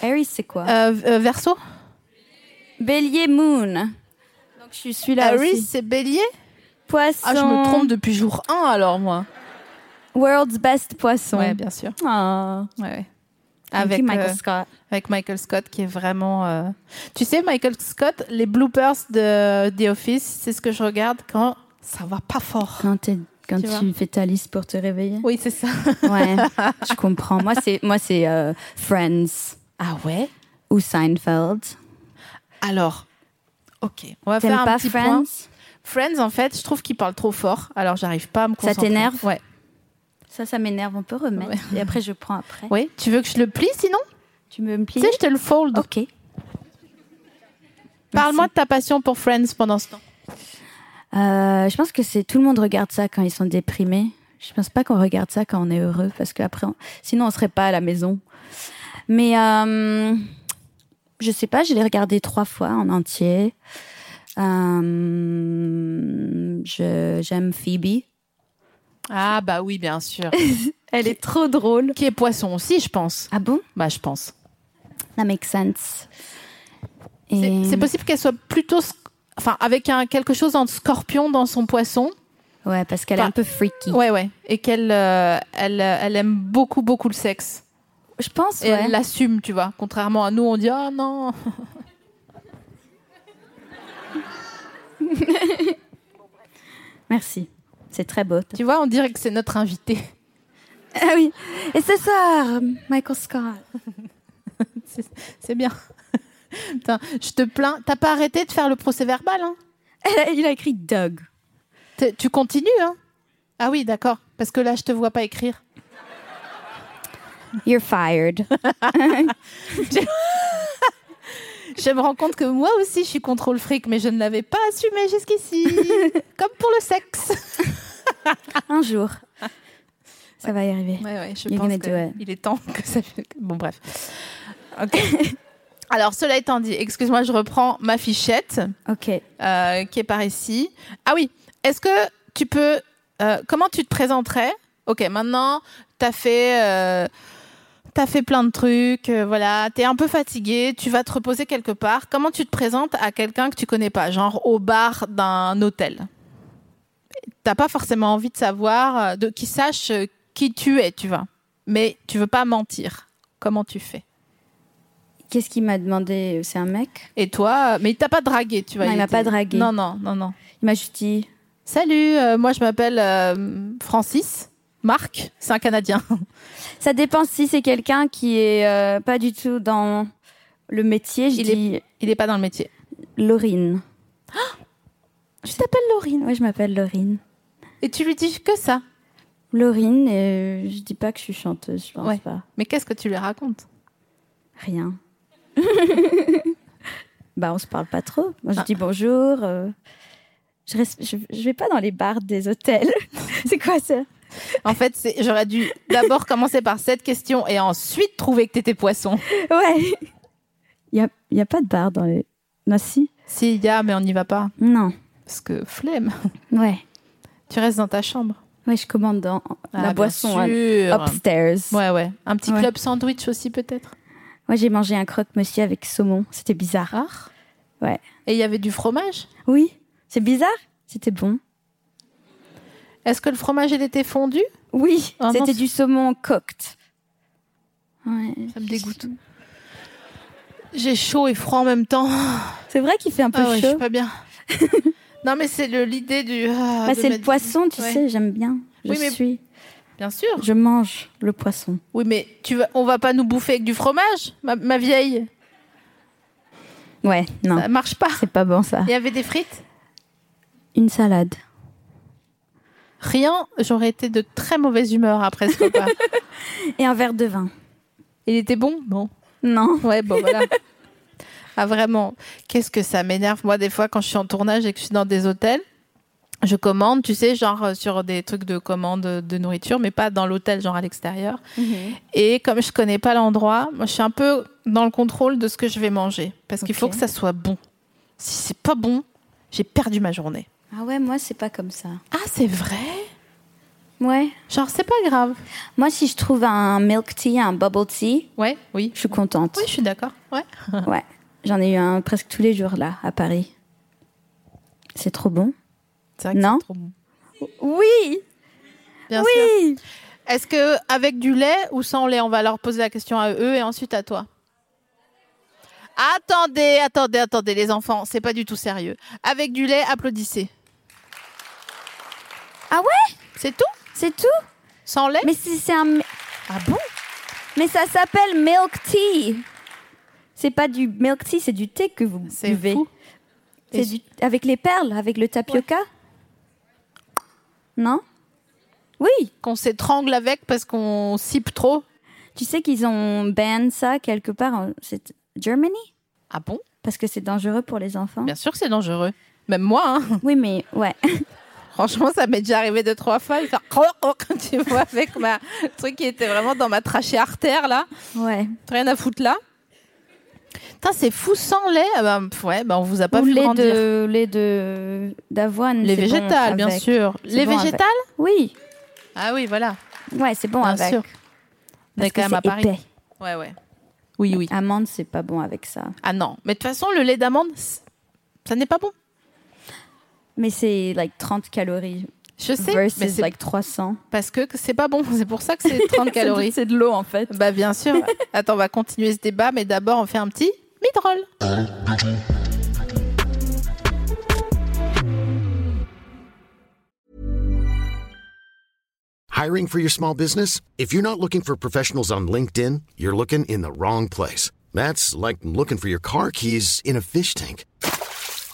[SPEAKER 3] Aries, c'est quoi
[SPEAKER 2] Euh, euh, verso
[SPEAKER 3] Bélier Moon. Donc je suis là
[SPEAKER 2] Aries,
[SPEAKER 3] aussi.
[SPEAKER 2] c'est bélier
[SPEAKER 3] Poisson.
[SPEAKER 2] Ah, je me trompe depuis jour 1 alors, moi.
[SPEAKER 3] World's Best Poisson.
[SPEAKER 2] Ouais, bien sûr.
[SPEAKER 3] Ah.
[SPEAKER 2] Ouais, ouais.
[SPEAKER 3] Thank
[SPEAKER 2] Avec,
[SPEAKER 3] you, Michael
[SPEAKER 2] euh,
[SPEAKER 3] Scott.
[SPEAKER 2] avec Michael Scott qui est vraiment. euh, Tu sais, Michael Scott, les bloopers de The Office, c'est ce que je regarde quand ça va pas fort.
[SPEAKER 3] Quand, t'es- quand
[SPEAKER 2] Tu vois.
[SPEAKER 3] tu fais ta liste pour te réveiller.
[SPEAKER 2] Oui, c'est ça.
[SPEAKER 3] Ouais, je comprends. Moi, c'est moi c'est euh, Friends
[SPEAKER 2] Ah ouais
[SPEAKER 3] ou Seinfeld.
[SPEAKER 2] Alors, ok. On va
[SPEAKER 3] T'aimes
[SPEAKER 2] faire un
[SPEAKER 3] pas
[SPEAKER 2] petit
[SPEAKER 3] Friends
[SPEAKER 2] point. Friends, en fait, je trouve qu'ils parlent trop fort, alors j'arrive pas à me concentrer.
[SPEAKER 3] t'énerve
[SPEAKER 2] Ouais.
[SPEAKER 3] Ça, ça m'énerve. On peut remettre. Et après, je prends après.
[SPEAKER 2] Oui, tu veux que je le plie sinon
[SPEAKER 3] Tu me plies
[SPEAKER 2] Tu sais, je te le fold.
[SPEAKER 3] Ok.
[SPEAKER 2] Oh, Parle-moi de ta passion pour Friends pendant ce temps.
[SPEAKER 3] Euh, je pense que c'est tout le monde regarde ça quand ils sont déprimés. Je pense pas qu'on regarde ça quand on est heureux parce que après, on- sinon on serait pas à la maison. Mais euh, je sais pas, je l'ai regardé trois fois en entier. Euh, je- J'aime Phoebe.
[SPEAKER 2] Ah bah oui, bien sûr.
[SPEAKER 3] Elle est trop drôle.
[SPEAKER 2] qui est poisson aussi, je pense.
[SPEAKER 3] Ah bon?
[SPEAKER 2] Bah, je pense.
[SPEAKER 3] That makes sense.
[SPEAKER 2] C'est
[SPEAKER 3] Et-
[SPEAKER 2] c'est possible qu'elle soit plutôt... sc- Enfin, avec un, quelque chose en scorpion dans son poisson.
[SPEAKER 3] Ouais, parce qu'elle est
[SPEAKER 2] Enfin,
[SPEAKER 3] un peu freaky.
[SPEAKER 2] Ouais, ouais. Et qu'elle euh, elle, euh, elle aime beaucoup, beaucoup le sexe.
[SPEAKER 3] Je pense,
[SPEAKER 2] Et
[SPEAKER 3] ouais.
[SPEAKER 2] elle l'assume, tu vois. Contrairement à nous, on dit « Oh non
[SPEAKER 3] Merci. C'est très beau. !»
[SPEAKER 2] Tu vois, on dirait que c'est notre invité.
[SPEAKER 3] Ah oui. Et ce soir, Michael Scott.
[SPEAKER 2] C'est- C'est bien. Putain, je te plains. T'as pas arrêté de faire le procès-verbal, hein
[SPEAKER 3] Elle a- il a écrit Doug.
[SPEAKER 2] T'es- Tu continues, hein Ah oui, d'accord. Parce que là, je te vois pas écrire.
[SPEAKER 3] You're fired.
[SPEAKER 2] Je me rends compte que moi aussi, je suis contrôle fric, mais je ne l'avais pas assumé jusqu'ici. Comme pour le sexe.
[SPEAKER 3] Un jour. Ça va y arriver.
[SPEAKER 2] Ouais, ouais, je
[SPEAKER 3] You're
[SPEAKER 2] pense
[SPEAKER 3] gonna do
[SPEAKER 2] que
[SPEAKER 3] it.
[SPEAKER 2] il est temps que ça... Bon, bref. Ok. Alors, cela étant dit, excuse-moi, je reprends ma fichette
[SPEAKER 3] Ok.
[SPEAKER 2] euh, qui est par ici. Ah oui, est-ce que tu peux... euh, comment tu te présenterais Ok, maintenant, t'as fait... euh, T'as fait plein de trucs, euh, voilà, t'es un peu fatigué, tu vas te reposer quelque part. Comment tu te présentes à quelqu'un que tu connais pas, genre au bar d'un hôtel T'as pas forcément envie de savoir, euh, de qui sache euh, qui tu es, tu vois. Mais tu veux pas mentir. Comment tu fais
[SPEAKER 3] Qu'est-ce qu'il m'a demandé C'est un mec
[SPEAKER 2] Et toi, euh, mais il t'a pas dragué, tu vois.
[SPEAKER 3] Non, il m'a
[SPEAKER 2] était-
[SPEAKER 3] pas dragué.
[SPEAKER 2] Non, non, non, non.
[SPEAKER 3] Il m'a juste dit
[SPEAKER 2] Salut, euh, moi je m'appelle euh, Francis. Marc, c'est un Canadien.
[SPEAKER 3] Ça dépend si c'est quelqu'un qui est euh, pas du tout dans le métier. Je
[SPEAKER 2] Il est-
[SPEAKER 3] dis
[SPEAKER 2] Il n'est pas dans le métier.
[SPEAKER 3] Laurine.
[SPEAKER 2] Tu t'appelles Laurine.
[SPEAKER 3] Oui, je m'appelle Laurine.
[SPEAKER 2] Et tu lui dis que ça.
[SPEAKER 3] Laurine, et euh, je dis pas que je suis chanteuse, je pense
[SPEAKER 2] Ouais.
[SPEAKER 3] pas.
[SPEAKER 2] Mais qu'est-ce que tu lui racontes
[SPEAKER 3] Rien. bah, on se parle pas trop. Moi, je dis bonjour. euh, je, res- je, je vais pas dans les bars des hôtels. c'est quoi ça
[SPEAKER 2] En fait, c'est- j'aurais dû d'abord commencer par cette question et ensuite trouver que t'étais poisson.
[SPEAKER 3] Ouais. Il y a, y a pas de bar dans les. Non, si
[SPEAKER 2] Si, il y a, mais on n'y va pas.
[SPEAKER 3] Non.
[SPEAKER 2] Parce que flemme.
[SPEAKER 3] Ouais.
[SPEAKER 2] Tu restes dans ta chambre.
[SPEAKER 3] Ouais, je commande dans
[SPEAKER 2] Ah, bien
[SPEAKER 3] la boisson à-
[SPEAKER 2] sûr.
[SPEAKER 3] upstairs.
[SPEAKER 2] Ouais, ouais. Un petit
[SPEAKER 3] Ouais.
[SPEAKER 2] club sandwich aussi, peut-être.
[SPEAKER 3] Moi, j'ai mangé un croque-monsieur avec saumon. C'était bizarre.
[SPEAKER 2] Ah.
[SPEAKER 3] Ouais.
[SPEAKER 2] Et il y avait du fromage.
[SPEAKER 3] Oui, c'est bizarre. C'était bon.
[SPEAKER 2] Est-ce que le fromage, il était fondu
[SPEAKER 3] Oui,
[SPEAKER 2] Ah,
[SPEAKER 3] c'était
[SPEAKER 2] mince.
[SPEAKER 3] du saumon cooked. Ouais.
[SPEAKER 2] Ça me dégoûte. J'ai chaud et froid en même temps.
[SPEAKER 3] C'est vrai qu'il fait un peu
[SPEAKER 2] Ah ouais, je
[SPEAKER 3] chaud.
[SPEAKER 2] suis pas bien. non, mais c'est le- l'idée du. ah, de
[SPEAKER 3] Bah, c'est le
[SPEAKER 2] mettre-
[SPEAKER 3] poisson, tu
[SPEAKER 2] Ouais.
[SPEAKER 3] sais, j'aime bien. Je
[SPEAKER 2] Oui, mais-
[SPEAKER 3] suis,
[SPEAKER 2] Bien sûr.
[SPEAKER 3] je mange le poisson.
[SPEAKER 2] Oui, mais tu vas, on va pas nous bouffer avec du fromage, ma, ma vieille.
[SPEAKER 3] Ouais, non,
[SPEAKER 2] Ça marche pas.
[SPEAKER 3] c'est pas bon ça.
[SPEAKER 2] Il y avait des frites.
[SPEAKER 3] Une salade.
[SPEAKER 2] Rien. J'aurais été de très mauvaise humeur après ce repas.
[SPEAKER 3] Et un verre de vin.
[SPEAKER 2] Il était bon, bon.
[SPEAKER 3] Non.
[SPEAKER 2] Ouais, bon, voilà. Ah, vraiment, qu'est-ce que ça m'énerve, moi, des fois, quand je suis en tournage et que je suis dans des hôtels. je commande, tu sais, genre euh, sur des trucs de commande euh, de nourriture, mais pas dans l'hôtel, genre à l'extérieur. Et comme je connais pas l'endroit, moi, je suis un peu dans le contrôle de ce que je vais manger, parce qu'il faut
[SPEAKER 3] Ok.
[SPEAKER 2] que ça soit bon. Si c'est pas bon, j'ai perdu ma journée.
[SPEAKER 3] Ah ouais, moi, c'est pas comme ça.
[SPEAKER 2] Ah, c'est vrai
[SPEAKER 3] Ouais.
[SPEAKER 2] Genre, c'est pas grave.
[SPEAKER 3] Moi, si je trouve un milk tea, un bubble tea,
[SPEAKER 2] Ouais, oui.
[SPEAKER 3] je suis contente.
[SPEAKER 2] Oui, je suis d'accord. Ouais.
[SPEAKER 3] Ouais. J'en ai eu un presque tous les jours, là, à Paris. C'est trop bon.
[SPEAKER 2] C'est vrai que
[SPEAKER 3] Non.
[SPEAKER 2] c'est trop bon.
[SPEAKER 3] Oui
[SPEAKER 2] Bien sûr.
[SPEAKER 3] Oui
[SPEAKER 2] Est-ce que avec du lait ou sans lait, on va leur poser la question à eux et ensuite à toi Attendez, attendez, attendez, les enfants, c'est pas du tout sérieux. Avec du lait, applaudissez.
[SPEAKER 3] Ah ouais
[SPEAKER 2] C'est tout
[SPEAKER 3] C'est tout
[SPEAKER 2] Sans lait
[SPEAKER 3] Mais si c'est un...
[SPEAKER 2] Ah bon
[SPEAKER 3] Mais ça s'appelle milk tea. C'est pas du milk tea, c'est du thé que vous
[SPEAKER 2] C'est
[SPEAKER 3] buvez.
[SPEAKER 2] fou.
[SPEAKER 3] C'est du... avec les perles, avec le tapioca. Non Oui.
[SPEAKER 2] Qu'on s'étrangle avec parce qu'on sipe trop
[SPEAKER 3] Tu sais qu'ils ont ban ça quelque part. En... C'est Germany
[SPEAKER 2] Ah bon
[SPEAKER 3] parce que c'est dangereux pour les enfants.
[SPEAKER 2] Bien sûr que c'est dangereux. Même moi, hein.
[SPEAKER 3] Oui, mais ouais.
[SPEAKER 2] franchement, ça m'est déjà arrivé deux, trois fois. de faire croc, croc, Tu vois, avec ma le truc qui était vraiment dans ma trachée artère, là.
[SPEAKER 3] ouais.
[SPEAKER 2] Rien à foutre là. Putain, c'est fou sans lait. Ah bah, pff, ouais, bah, on vous a pas
[SPEAKER 3] Ou
[SPEAKER 2] fait
[SPEAKER 3] lait
[SPEAKER 2] grandir.
[SPEAKER 3] de lait de d'avoine.
[SPEAKER 2] Les
[SPEAKER 3] c'est bon
[SPEAKER 2] végétales, bien
[SPEAKER 3] avec.
[SPEAKER 2] sûr.
[SPEAKER 3] C'est
[SPEAKER 2] Les
[SPEAKER 3] bon avec.
[SPEAKER 2] végétales
[SPEAKER 3] Oui.
[SPEAKER 2] Ah oui, voilà.
[SPEAKER 3] Ouais, c'est bon
[SPEAKER 2] Bien
[SPEAKER 3] avec.
[SPEAKER 2] sûr. On est
[SPEAKER 3] Parce que
[SPEAKER 2] quand même à
[SPEAKER 3] c'est
[SPEAKER 2] Paris.
[SPEAKER 3] épais.
[SPEAKER 2] Ouais, ouais. Oui, oui.
[SPEAKER 3] Amande, c'est pas bon avec ça.
[SPEAKER 2] Ah non. Mais de toute façon, le lait d'amande, c'est- ça n'est pas bon.
[SPEAKER 3] Mais c'est like 30 calories
[SPEAKER 2] Je sais, mais
[SPEAKER 3] versus
[SPEAKER 2] c'est
[SPEAKER 3] like 300.
[SPEAKER 2] parce que c'est pas bon. C'est pour ça que c'est 30 calories.
[SPEAKER 3] de l'eau en fait.
[SPEAKER 2] Bah bien sûr. Attends, on va continuer ce débat, mais d'abord on fait un petit midroll.
[SPEAKER 4] Hiring for your small business? If you're not looking for professionals on LinkedIn, you're looking in the wrong place. That's like looking for your car keys in a fish tank.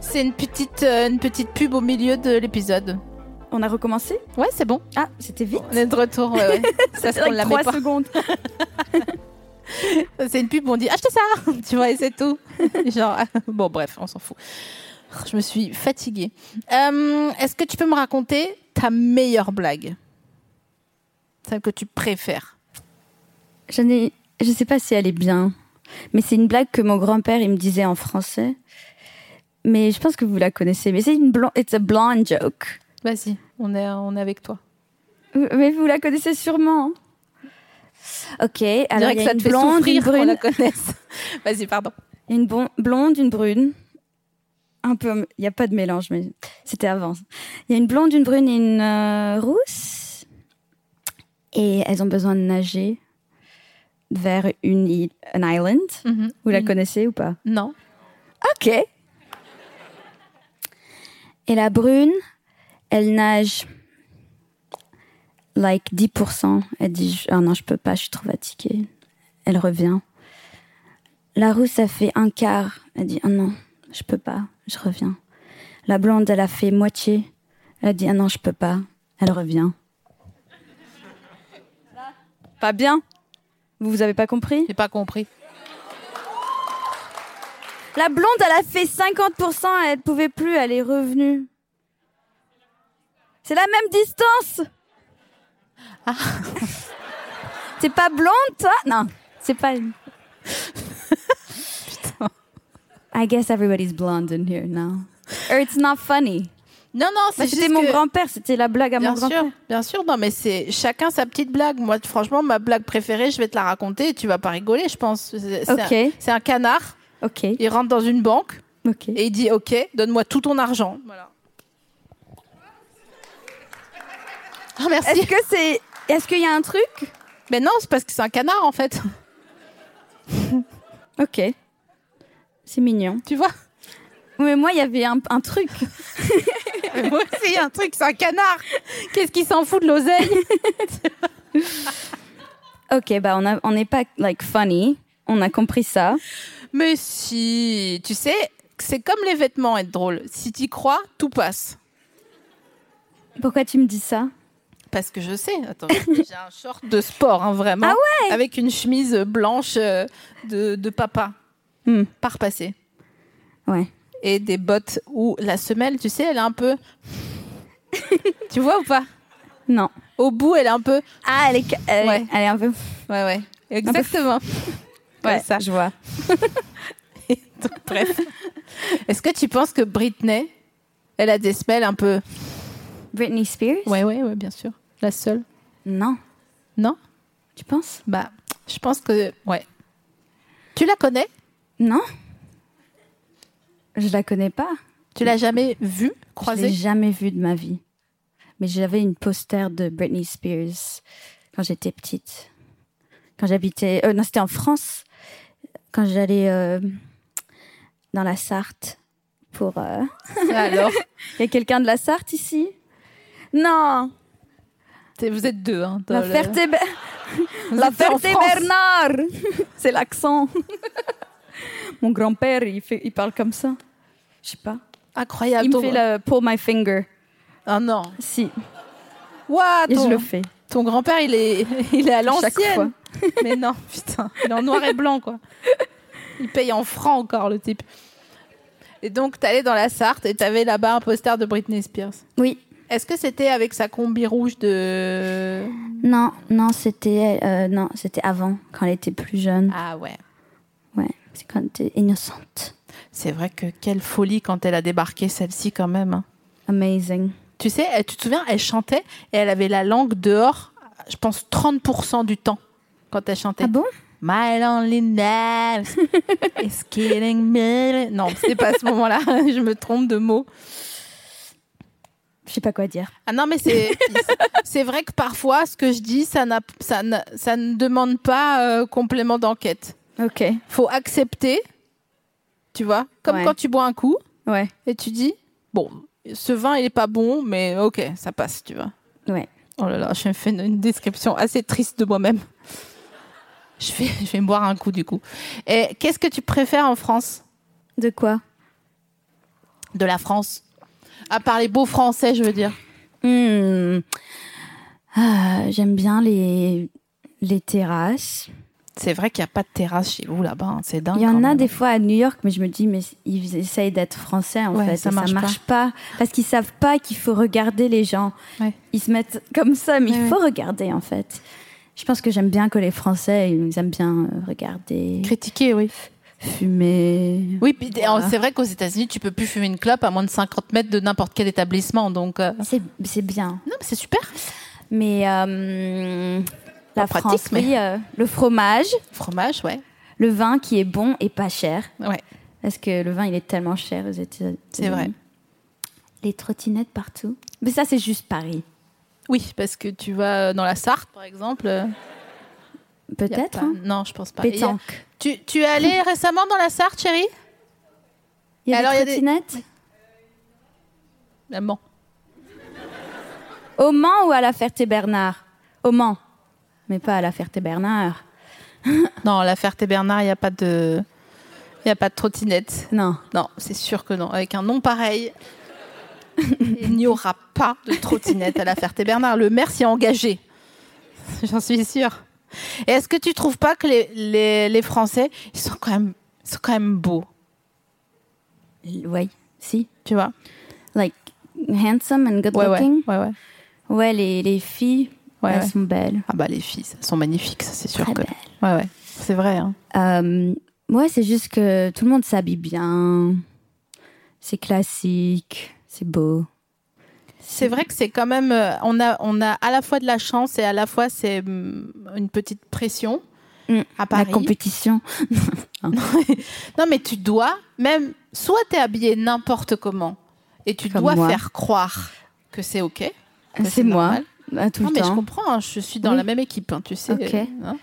[SPEAKER 2] C'est une petite, euh, une petite pub au milieu de l'épisode.
[SPEAKER 3] On a recommencé
[SPEAKER 2] Ouais, c'est bon.
[SPEAKER 3] Ah, c'était vite.
[SPEAKER 2] On est de retour. Ouais, ouais. Ça, c'est
[SPEAKER 3] C'était
[SPEAKER 2] qu'on la
[SPEAKER 3] like
[SPEAKER 2] met
[SPEAKER 3] 3
[SPEAKER 2] pas.
[SPEAKER 3] secondes.
[SPEAKER 2] C'est une pub, on dit achetez ça, tu vois, et c'est tout. Genre, bon, bref, on s'en fout. Je me suis fatiguée. Euh, Est-ce que tu peux me raconter ta meilleure blague Celle que tu préfères
[SPEAKER 3] Je n'ai, je sais pas si elle est bien, mais c'est une blague que mon grand-père il me disait en français. Mais je pense que vous la connaissez. Mais c'est une blonde, it's a blonde joke.
[SPEAKER 2] Vas-y, on est, on est avec toi.
[SPEAKER 3] Mais vous la connaissez sûrement. Ok,
[SPEAKER 2] On
[SPEAKER 3] alors
[SPEAKER 2] dirait
[SPEAKER 3] il
[SPEAKER 2] que
[SPEAKER 3] y a
[SPEAKER 2] ça
[SPEAKER 3] une
[SPEAKER 2] te fait
[SPEAKER 3] blonde, une
[SPEAKER 2] souffrir qu'on
[SPEAKER 3] brune,
[SPEAKER 2] la connaisse. Vas-y, pardon.
[SPEAKER 3] Il y a une bon- blonde, une brune. Un peu, il n'y a pas de mélange, mais c'était avant. Il y a une blonde, une brune et une euh, rousse. Et elles ont besoin de nager vers une île, an island. Vous la connaissez ou pas
[SPEAKER 2] Non.
[SPEAKER 3] Ok. Et la brune, elle nage like 10%. Elle dit je- Ah non, je peux pas, je suis trop fatiguée. Elle revient. La rousse, elle fait un quart. Elle dit Ah non, je peux pas, je reviens. La blonde, elle a fait moitié. Elle dit Ah non, je peux pas. Elle revient. Pas bien Vous, vous avez pas compris
[SPEAKER 2] J'ai pas compris.
[SPEAKER 3] La blonde, elle a fait 50%, elle pouvait plus, elle est revenue. C'est la même distance.
[SPEAKER 2] Ah.
[SPEAKER 3] T'es pas blonde, toi Non, c'est pas. Putain. I guess everybody's blonde in here now. Or it's not funny.
[SPEAKER 2] Non, non,
[SPEAKER 3] Bah,
[SPEAKER 2] c'est
[SPEAKER 3] c'était
[SPEAKER 2] juste
[SPEAKER 3] mon
[SPEAKER 2] que-
[SPEAKER 3] grand-père, c'était la blague à
[SPEAKER 2] Bien
[SPEAKER 3] mon grand-père.
[SPEAKER 2] sûr, bien sûr. Non, mais c'est chacun sa petite blague. Moi, franchement, ma blague préférée, je vais te la raconter. et Tu vas pas rigoler, je pense. C'est c'est
[SPEAKER 3] Ok.
[SPEAKER 2] un- c'est un canard.
[SPEAKER 3] Ok,
[SPEAKER 2] Il rentre dans une banque.
[SPEAKER 3] ok.
[SPEAKER 2] Et il dit Ok, donne-moi tout ton argent. Voilà. Oh, merci.
[SPEAKER 3] Est-ce que c'est. Est-ce qu'il y a un truc
[SPEAKER 2] Mais non, c'est parce que c'est un canard en fait.
[SPEAKER 3] Ok. C'est mignon.
[SPEAKER 2] Tu vois
[SPEAKER 3] Mais moi, il y avait un, un truc.
[SPEAKER 2] Mais Ah, moi aussi, un truc, c'est un canard. Qu'est-ce qu'il s'en fout de l'oseille
[SPEAKER 3] Ok, bah on a- on n'est pas like funny. On a compris ça.
[SPEAKER 2] Mais si, tu sais, c'est comme les vêtements être drôle. Si t'y crois, tout passe.
[SPEAKER 3] Pourquoi tu me dis ça
[SPEAKER 2] Parce que je sais, attends, j'ai un short de sport, hein, vraiment.
[SPEAKER 3] Ah
[SPEAKER 2] Avec une chemise blanche euh, de, de papa,
[SPEAKER 3] Hmm.
[SPEAKER 2] pas repassée.
[SPEAKER 3] Ouais.
[SPEAKER 2] Et des bottes où la semelle, tu sais, elle est un peu. tu vois ou pas
[SPEAKER 3] Non.
[SPEAKER 2] Au bout, elle est un peu.
[SPEAKER 3] Ah, elle est, ca- elle-
[SPEAKER 2] Ouais.
[SPEAKER 3] elle est un peu.
[SPEAKER 2] Ouais, ouais. Exactement. Comme
[SPEAKER 3] Ouais,
[SPEAKER 2] ça.
[SPEAKER 3] je vois.
[SPEAKER 2] Bref. Est-ce que tu penses que Britney, elle a des semelles un peu.
[SPEAKER 3] Britney Spears
[SPEAKER 2] Ouais, ouais, ouais, bien sûr. La seule.
[SPEAKER 3] Non.
[SPEAKER 2] Non
[SPEAKER 3] Tu penses
[SPEAKER 2] Bah, je pense que. Ouais. Tu la connais
[SPEAKER 3] Non. Je la connais pas.
[SPEAKER 2] Tu l'as jamais vue,
[SPEAKER 3] Je l'ai
[SPEAKER 2] croisée
[SPEAKER 3] jamais vue de ma vie. Mais j'avais une poster de Britney Spears quand j'étais petite. Quand j'habitais. euh, non, c'était en France. Quand j'allais euh, dans la Sarthe pour. euh,
[SPEAKER 2] Alors
[SPEAKER 3] Il y a quelqu'un de la Sarthe ici Non
[SPEAKER 2] Vous êtes deux, hein.
[SPEAKER 3] La Ferté, Be- la Ferté Bernard C'est l'accent. Mon grand-père, il, fait- il parle comme ça. Je sais pas.
[SPEAKER 2] Incroyable.
[SPEAKER 3] Il me fait le pull my finger.
[SPEAKER 2] Ah non.
[SPEAKER 3] Si, hein.
[SPEAKER 2] Ouah,
[SPEAKER 3] et je le
[SPEAKER 2] ton,
[SPEAKER 3] fais.
[SPEAKER 2] ton grand-père, il est, il est à
[SPEAKER 3] Chaque fois.
[SPEAKER 2] l'ancienne. Mais non, putain. Il est en noir et blanc, quoi. Il paye en francs encore, le type. Et donc, t'allais dans la Sarthe et t'avais là-bas un poster de Britney Spears.
[SPEAKER 3] Oui.
[SPEAKER 2] Est-ce que c'était avec sa combi rouge de.
[SPEAKER 3] Non, non, c'était euh, non, c'était avant, quand elle était plus jeune.
[SPEAKER 2] Ah ouais.
[SPEAKER 3] Ouais, c'est quand elle était innocente.
[SPEAKER 2] C'est vrai que quelle folie quand elle a débarqué celle-ci quand même. hein.
[SPEAKER 3] Amazing.
[SPEAKER 2] Tu sais, elle- tu te souviens, elle chantait et elle avait la langue dehors, je pense 30% du temps quand elle chantait.
[SPEAKER 3] Ah bon
[SPEAKER 2] My loneliness is killing me. Non, c'est pas à ce moment-là, je me trompe de mots.
[SPEAKER 3] Je sais pas quoi dire.
[SPEAKER 2] Ah non, mais c'est c'est vrai que parfois, ce que je dis, ça, n'a- ça, n'a- ça ne demande pas euh, complément d'enquête.
[SPEAKER 3] Ok.
[SPEAKER 2] Faut accepter, tu vois, comme
[SPEAKER 3] Ouais.
[SPEAKER 2] quand tu bois un coup.
[SPEAKER 3] Ouais.
[SPEAKER 2] Et tu dis, bon, ce vin, il est pas bon, mais ok, ça passe, tu vois.
[SPEAKER 3] Ouais.
[SPEAKER 2] Oh là là, je me fais une, une description assez triste de moi-même. Je vais, je vais me boire un coup, du coup. Et qu'est-ce que tu préfères en France
[SPEAKER 3] De quoi
[SPEAKER 2] De la France À part les beaux français, je veux dire.
[SPEAKER 3] Hmm. Ah, J'aime bien les les terrasses.
[SPEAKER 2] C'est vrai qu'il n'y a pas de terrasse chez vous là-bas, hein, c'est dingue.
[SPEAKER 3] Il y
[SPEAKER 2] quand
[SPEAKER 3] en a
[SPEAKER 2] même.
[SPEAKER 3] des fois à New York, mais je me dis, mais ils essayent d'être français en
[SPEAKER 2] Ouais,
[SPEAKER 3] fait.
[SPEAKER 2] ça
[SPEAKER 3] et
[SPEAKER 2] marche
[SPEAKER 3] ça marche pas. Parce qu'ils savent pas qu'il faut regarder les gens.
[SPEAKER 2] Ouais.
[SPEAKER 3] Ils se mettent comme ça, mais
[SPEAKER 2] Ouais,
[SPEAKER 3] il faut regarder en fait. Je pense que j'aime bien que les Français, ils aiment bien euh, regarder,
[SPEAKER 2] Critiquer, oui.
[SPEAKER 3] fumer.
[SPEAKER 2] Oui, puis
[SPEAKER 3] Voilà.
[SPEAKER 2] euh, c'est vrai qu'aux États-Unis, tu peux plus fumer une clope à moins de 50 mètres de n'importe quel établissement. Donc, euh,
[SPEAKER 3] C'est- C'est bien.
[SPEAKER 2] non, mais c'est super.
[SPEAKER 3] Mais euh,
[SPEAKER 2] Pas
[SPEAKER 3] la
[SPEAKER 2] pratique,
[SPEAKER 3] France,
[SPEAKER 2] mais-
[SPEAKER 3] oui, euh, le fromage,
[SPEAKER 2] Fromage, ouais.
[SPEAKER 3] le vin qui est bon et pas cher.
[SPEAKER 2] Ouais,
[SPEAKER 3] Parce que le vin, il est tellement cher aux États-Unis.
[SPEAKER 2] c'est vrai.
[SPEAKER 3] Les trottinettes partout. Mais ça, c'est juste Paris.
[SPEAKER 2] Oui, parce que tu vas dans la Sarthe, par exemple. euh, y a
[SPEAKER 3] Peut-être.
[SPEAKER 2] pas-
[SPEAKER 3] hein.
[SPEAKER 2] Non, je pense pas.
[SPEAKER 3] Pétanque.
[SPEAKER 2] Tu, tu es allée récemment dans la Sarthe, chérie
[SPEAKER 3] Il y a
[SPEAKER 2] Alors, il y a
[SPEAKER 3] des
[SPEAKER 2] des-
[SPEAKER 3] trottinettes
[SPEAKER 2] Maman.
[SPEAKER 3] Au Mans ou à la Ferté-Bernard Au Mans. Mais pas à la Ferté-Bernard.
[SPEAKER 2] Non, la Ferté-Bernard, il n'y a pas de... Il n'y a pas de trottinette.
[SPEAKER 3] Non.
[SPEAKER 2] Non, c'est sûr que non. Avec un nom pareil, il n'y aura pas de trottinette à la Ferté-Bernard. Le maire s'y est engagé. J'en suis sûre. Et est-ce que tu trouves pas que les, les, les Français, ils sont quand même, ils sont quand même beaux,
[SPEAKER 3] Oui. Si.
[SPEAKER 2] tu vois
[SPEAKER 3] Like, handsome and good
[SPEAKER 2] Ouais, ouais,
[SPEAKER 3] looking.
[SPEAKER 2] ouais, ouais.
[SPEAKER 3] Ouais, les, les filles,
[SPEAKER 2] Ouais,
[SPEAKER 3] elles
[SPEAKER 2] ouais.
[SPEAKER 3] sont belles.
[SPEAKER 2] Ah bah les filles, elles sont magnifiques, ça c'est sûr
[SPEAKER 3] Très
[SPEAKER 2] que.
[SPEAKER 3] belles.
[SPEAKER 2] Ouais, ouais, c'est vrai. hein.
[SPEAKER 3] Euh, ouais, c'est juste que tout le monde s'habille bien. C'est classique. C'est beau.
[SPEAKER 2] C'est vrai que c'est quand même, euh, on a, on a à la fois de la chance et à la fois c'est hum, une petite pression
[SPEAKER 3] Mm.
[SPEAKER 2] à
[SPEAKER 3] La
[SPEAKER 2] Paris.
[SPEAKER 3] compétition.
[SPEAKER 2] non mais tu dois, même, soit t'es habillé n'importe comment et tu
[SPEAKER 3] Comme
[SPEAKER 2] dois
[SPEAKER 3] moi.
[SPEAKER 2] faire croire que c'est ok. que
[SPEAKER 3] C'est moi.
[SPEAKER 2] normal.
[SPEAKER 3] À tout
[SPEAKER 2] Non
[SPEAKER 3] le
[SPEAKER 2] mais je
[SPEAKER 3] temps.
[SPEAKER 2] comprends, hein, je suis dans
[SPEAKER 3] Oui.
[SPEAKER 2] la même équipe, hein, tu sais.
[SPEAKER 3] Ok.
[SPEAKER 2] euh, hein.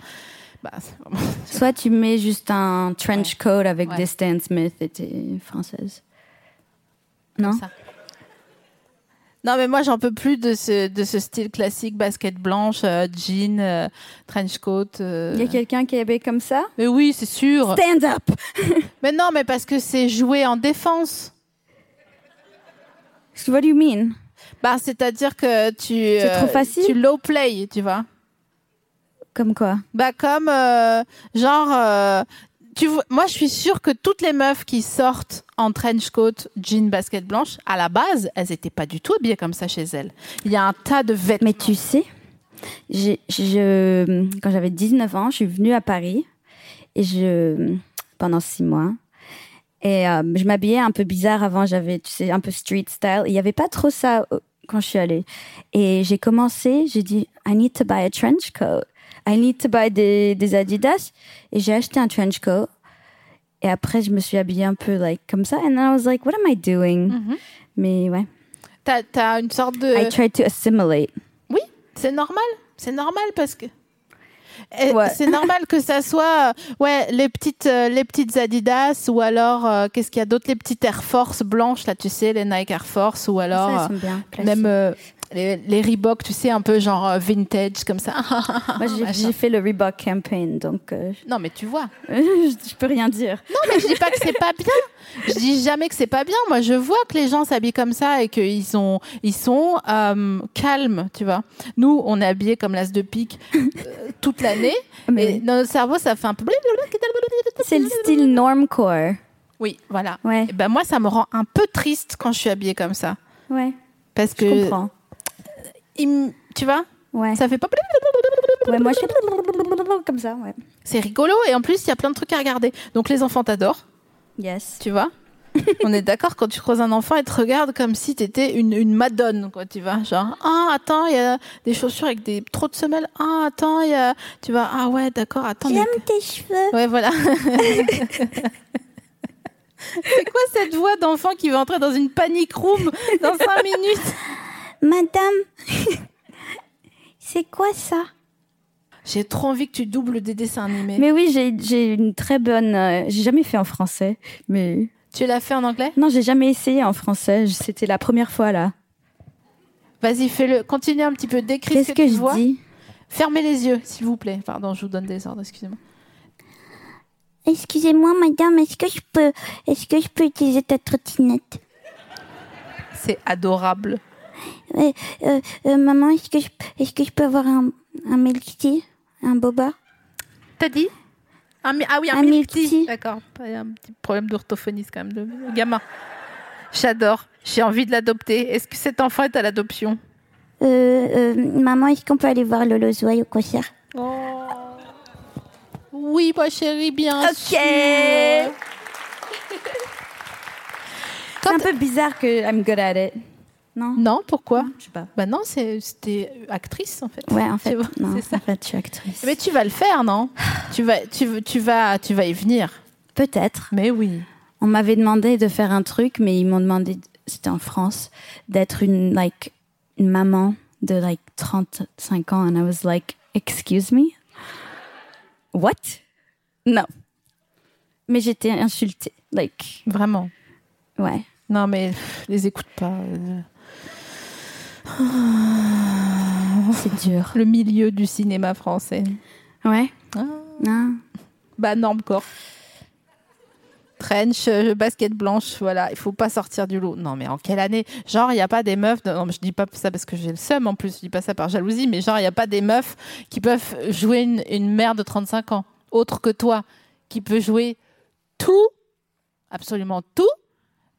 [SPEAKER 2] Bah, c'est vraiment-
[SPEAKER 3] Soit tu mets juste un trench coat avec
[SPEAKER 2] Ouais.
[SPEAKER 3] des Stan Smith et t'es française. Non
[SPEAKER 2] ça. Non, mais moi, j'en peux plus de ce, de ce style classique basket blanche, euh, jean, euh, trench coat. euh.
[SPEAKER 3] Il y a quelqu'un qui est habillé comme ça
[SPEAKER 2] Mais oui, c'est sûr.
[SPEAKER 3] Stand up
[SPEAKER 2] Mais non, mais parce que c'est jouer en défense.
[SPEAKER 3] What do you mean
[SPEAKER 2] Bah, c'est-à-dire que tu. euh,
[SPEAKER 3] trop facile.
[SPEAKER 2] Tu low play, tu vois.
[SPEAKER 3] Comme quoi
[SPEAKER 2] Bah comme euh, genre euh, tu vois, moi je suis sûre que toutes les meufs qui sortent en trench coat, jean, basket blanche, à la base, elles n'étaient pas du tout habillées comme ça chez elles. Il y a un tas de vêtements.
[SPEAKER 3] Mais tu sais, j'ai- je, quand j'avais 19 ans, je suis venue à Paris et je, pendant six mois. Et euh, je m'habillais un peu bizarre avant, j'avais, tu sais, un peu street style. Il n'y avait pas trop ça euh, quand je suis allée. Et j'ai commencé, j'ai dit, I need to buy a trench coat. I need to buy des, des Adidas. Et j'ai acheté un trench coat. Et après, je me suis habillée un peu like, comme ça. And then I was like, what am I doing?
[SPEAKER 2] Mm-hmm.
[SPEAKER 3] Mais ouais.
[SPEAKER 2] T'as t'as une sorte de.
[SPEAKER 3] I tried to assimilate.
[SPEAKER 2] Oui, c'est normal. C'est normal parce que. Et
[SPEAKER 3] Ouais.
[SPEAKER 2] C'est normal que ça soit euh, ouais les petites euh, les petites Adidas ou alors euh, qu'est-ce qu'il y a d'autre les petites Air Force blanches là tu sais les Nike Air Force ou alors
[SPEAKER 3] ça, elles
[SPEAKER 2] euh,
[SPEAKER 3] sont bien. classiques.
[SPEAKER 2] Même euh, les, les Reebok, tu sais, un peu genre euh, vintage comme ça.
[SPEAKER 3] Moi, j'ai- j'ai fait le Reebok campaign, donc euh,
[SPEAKER 2] non, mais tu vois.
[SPEAKER 3] je, je peux rien dire.
[SPEAKER 2] Non, mais je dis pas que c'est pas bien. Je dis jamais que c'est pas bien. Moi, je vois que les gens s'habillent comme ça et qu'ils ont, ils sont euh, calmes, tu vois. Nous, on est habillés comme l'as de pique euh, toute l'année. Mais
[SPEAKER 3] Mais
[SPEAKER 2] dans notre cerveau, ça fait un peu.
[SPEAKER 3] c'est le style normcore.
[SPEAKER 2] Oui, voilà.
[SPEAKER 3] Ouais.
[SPEAKER 2] Et ben moi, ça me rend un peu triste quand je suis habillée comme ça,
[SPEAKER 3] Ouais,
[SPEAKER 2] parce
[SPEAKER 3] je
[SPEAKER 2] que
[SPEAKER 3] comprends.
[SPEAKER 2] il me- tu vois,
[SPEAKER 3] Ouais.
[SPEAKER 2] ça fait pas.
[SPEAKER 3] ouais, moi je fais comme ça, ouais.
[SPEAKER 2] C'est rigolo et en plus, il y a plein de trucs à regarder. Donc les enfants t'adorent.
[SPEAKER 3] Yes.
[SPEAKER 2] tu vois on est d'accord quand tu croises un enfant il te regarde comme si t'étais une, une madone quoi tu vois genre ah attends il y a des chaussures avec des trop de semelles ah attends il y a tu vois ah ouais d'accord attends mais-
[SPEAKER 3] tes cheveux.
[SPEAKER 2] ouais voilà c'est quoi cette voix d'enfant qui va entrer dans une panic room dans cinq minutes
[SPEAKER 3] Madame, c'est quoi ça
[SPEAKER 2] j'ai trop envie que tu doubles des dessins animés
[SPEAKER 3] Mais oui, j'ai- j'ai une très bonne. euh, j'ai jamais fait en français, mais.
[SPEAKER 2] tu l'as fait en anglais
[SPEAKER 3] Non, j'ai jamais essayé en français. je- C'était la première fois là.
[SPEAKER 2] vas-y fais-le continue un petit peu décris
[SPEAKER 3] Qu'est-ce
[SPEAKER 2] ce
[SPEAKER 3] que
[SPEAKER 2] tu
[SPEAKER 3] je
[SPEAKER 2] vois
[SPEAKER 3] dis
[SPEAKER 2] fermez les yeux s'il vous plaît pardon je vous donne des ordres excusez-moi
[SPEAKER 5] Excusez-moi, madame, est-ce que je peux, est-ce que je peux utiliser ta trottinette
[SPEAKER 2] c'est adorable
[SPEAKER 5] Euh, euh, euh, Maman, est-ce que je, est-ce que je peux avoir un, un milk tea, un boba
[SPEAKER 2] T'as dit un, mi- Ah oui, un,
[SPEAKER 5] Un
[SPEAKER 2] milk
[SPEAKER 5] milk
[SPEAKER 2] tea.
[SPEAKER 5] tea.
[SPEAKER 2] D'accord. Il y a un petit problème d'orthophoniste quand même, de gamin. J'adore. J'ai envie de l'adopter. Est-ce que cet enfant est à l'adoption
[SPEAKER 5] euh, euh, Maman, est-ce qu'on peut aller voir Lolo Zoé au concert
[SPEAKER 2] Oh. Oui, ma chérie, bien sûr.
[SPEAKER 3] C'est un peu bizarre que I'm good at it. Non
[SPEAKER 2] Non, pourquoi
[SPEAKER 3] Je sais pas.
[SPEAKER 2] Bah non, c'est- c'était actrice en fait.
[SPEAKER 3] Ouais, en fait,
[SPEAKER 2] Tu vois,
[SPEAKER 3] non,
[SPEAKER 2] c'est ça.
[SPEAKER 3] en fait, je suis actrice.
[SPEAKER 2] Mais tu vas le faire, non tu vas, tu, tu vas, tu vas y venir.
[SPEAKER 3] Peut-être.
[SPEAKER 2] Mais oui.
[SPEAKER 3] On m'avait demandé de faire un truc, mais ils m'ont demandé, c'était en France, d'être une, like, une maman de like 35 ans. And I was like, excuse me? What? No. Mais j'étais insultée. Like,
[SPEAKER 2] Vraiment.
[SPEAKER 3] ouais.
[SPEAKER 2] Non, mais pff, les écoute pas. euh.
[SPEAKER 3] C'est dur.
[SPEAKER 2] Le milieu du cinéma français.
[SPEAKER 3] Ouais.
[SPEAKER 2] Ah.
[SPEAKER 3] Non.
[SPEAKER 2] Bah, normcore. Trench, euh, basket blanche, voilà. Il faut pas sortir du lot. Non, mais en quelle année Genre, il n'y a pas des meufs. de- Non, mais je dis pas ça parce que j'ai le seum en plus. Je dis pas ça par jalousie, mais genre, il n'y a pas des meufs qui peuvent jouer une, une mère de 35 ans, autre que toi, qui peut jouer tout, absolument tout.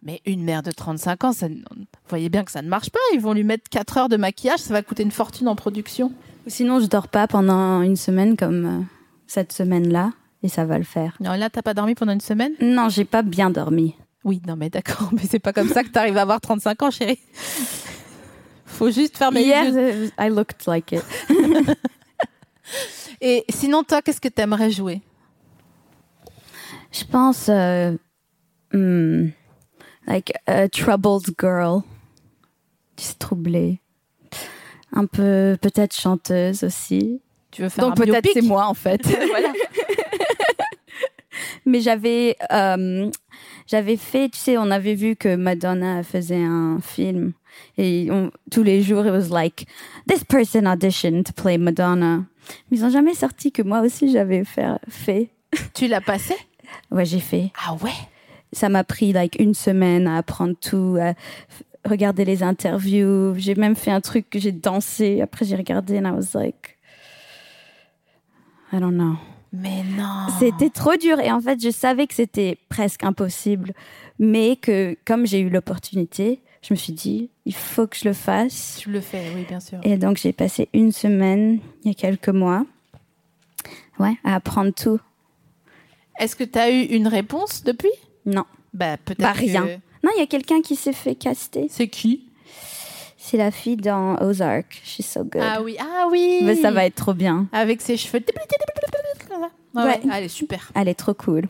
[SPEAKER 2] Mais une mère de 35 ans, ça, ne- vous voyez bien que ça ne marche pas. Ils vont lui mettre 4 heures de maquillage, ça va coûter une fortune en production.
[SPEAKER 3] Ou Sinon, je dors pas pendant une semaine comme euh, cette semaine-là, et ça va le faire.
[SPEAKER 2] Non, là, t'as pas dormi pendant une semaine
[SPEAKER 3] Non, j'ai pas bien dormi.
[SPEAKER 2] Oui, non, mais d'accord, mais c'est pas comme ça que t'arrives à avoir 35 ans, chérie. Faut juste faire mes
[SPEAKER 3] Hier,
[SPEAKER 2] yeux.
[SPEAKER 3] euh, I looked like it.
[SPEAKER 2] Et sinon, toi, qu'est-ce que t'aimerais jouer
[SPEAKER 3] Je pense, euh, hmm, like a troubled girl, Tu sais, troublée, un peu peut-être chanteuse aussi.
[SPEAKER 2] Tu veux faire
[SPEAKER 3] Donc
[SPEAKER 2] un
[SPEAKER 3] peut-être
[SPEAKER 2] biopic
[SPEAKER 3] c'est moi en fait.
[SPEAKER 2] Voilà.
[SPEAKER 3] Mais j'avais, euh, j'avais fait, tu sais, on avait vu que Madonna faisait un film Et on- tous les jours, it was like, this person auditioned to play Madonna. Mais ils ont jamais sorti que moi aussi j'avais faire- fait.
[SPEAKER 2] Tu l'as passé
[SPEAKER 3] Ouais, j'ai fait.
[SPEAKER 2] Ah ouais
[SPEAKER 3] ça m'a pris like une semaine à apprendre tout, à f- regarder les interviews. J'ai même fait un truc que j'ai dansé. Après, j'ai regardé and I was like, I don't know.
[SPEAKER 2] Mais non.
[SPEAKER 3] C'était trop dur et en fait, je savais que c'était presque impossible, mais que comme j'ai eu l'opportunité, je me suis dit, il faut que je le fasse.
[SPEAKER 2] Tu le fais, oui, bien sûr.
[SPEAKER 3] Et donc, j'ai passé une semaine il y a quelques mois, ouais, à apprendre tout.
[SPEAKER 2] Est-ce que tu as eu une réponse depuis
[SPEAKER 3] Non,
[SPEAKER 2] Bah peut-être.
[SPEAKER 3] pas
[SPEAKER 2] que-
[SPEAKER 3] rien. Non, il y a quelqu'un qui s'est fait caster.
[SPEAKER 2] C'est qui
[SPEAKER 3] C'est la fille dans Ozark. She's so good.
[SPEAKER 2] Ah oui, ah oui.
[SPEAKER 3] Mais ça va être trop bien.
[SPEAKER 2] Avec ses cheveux. Ouais,
[SPEAKER 3] Ouais.
[SPEAKER 2] ouais. Elle est super.
[SPEAKER 3] Elle est trop cool.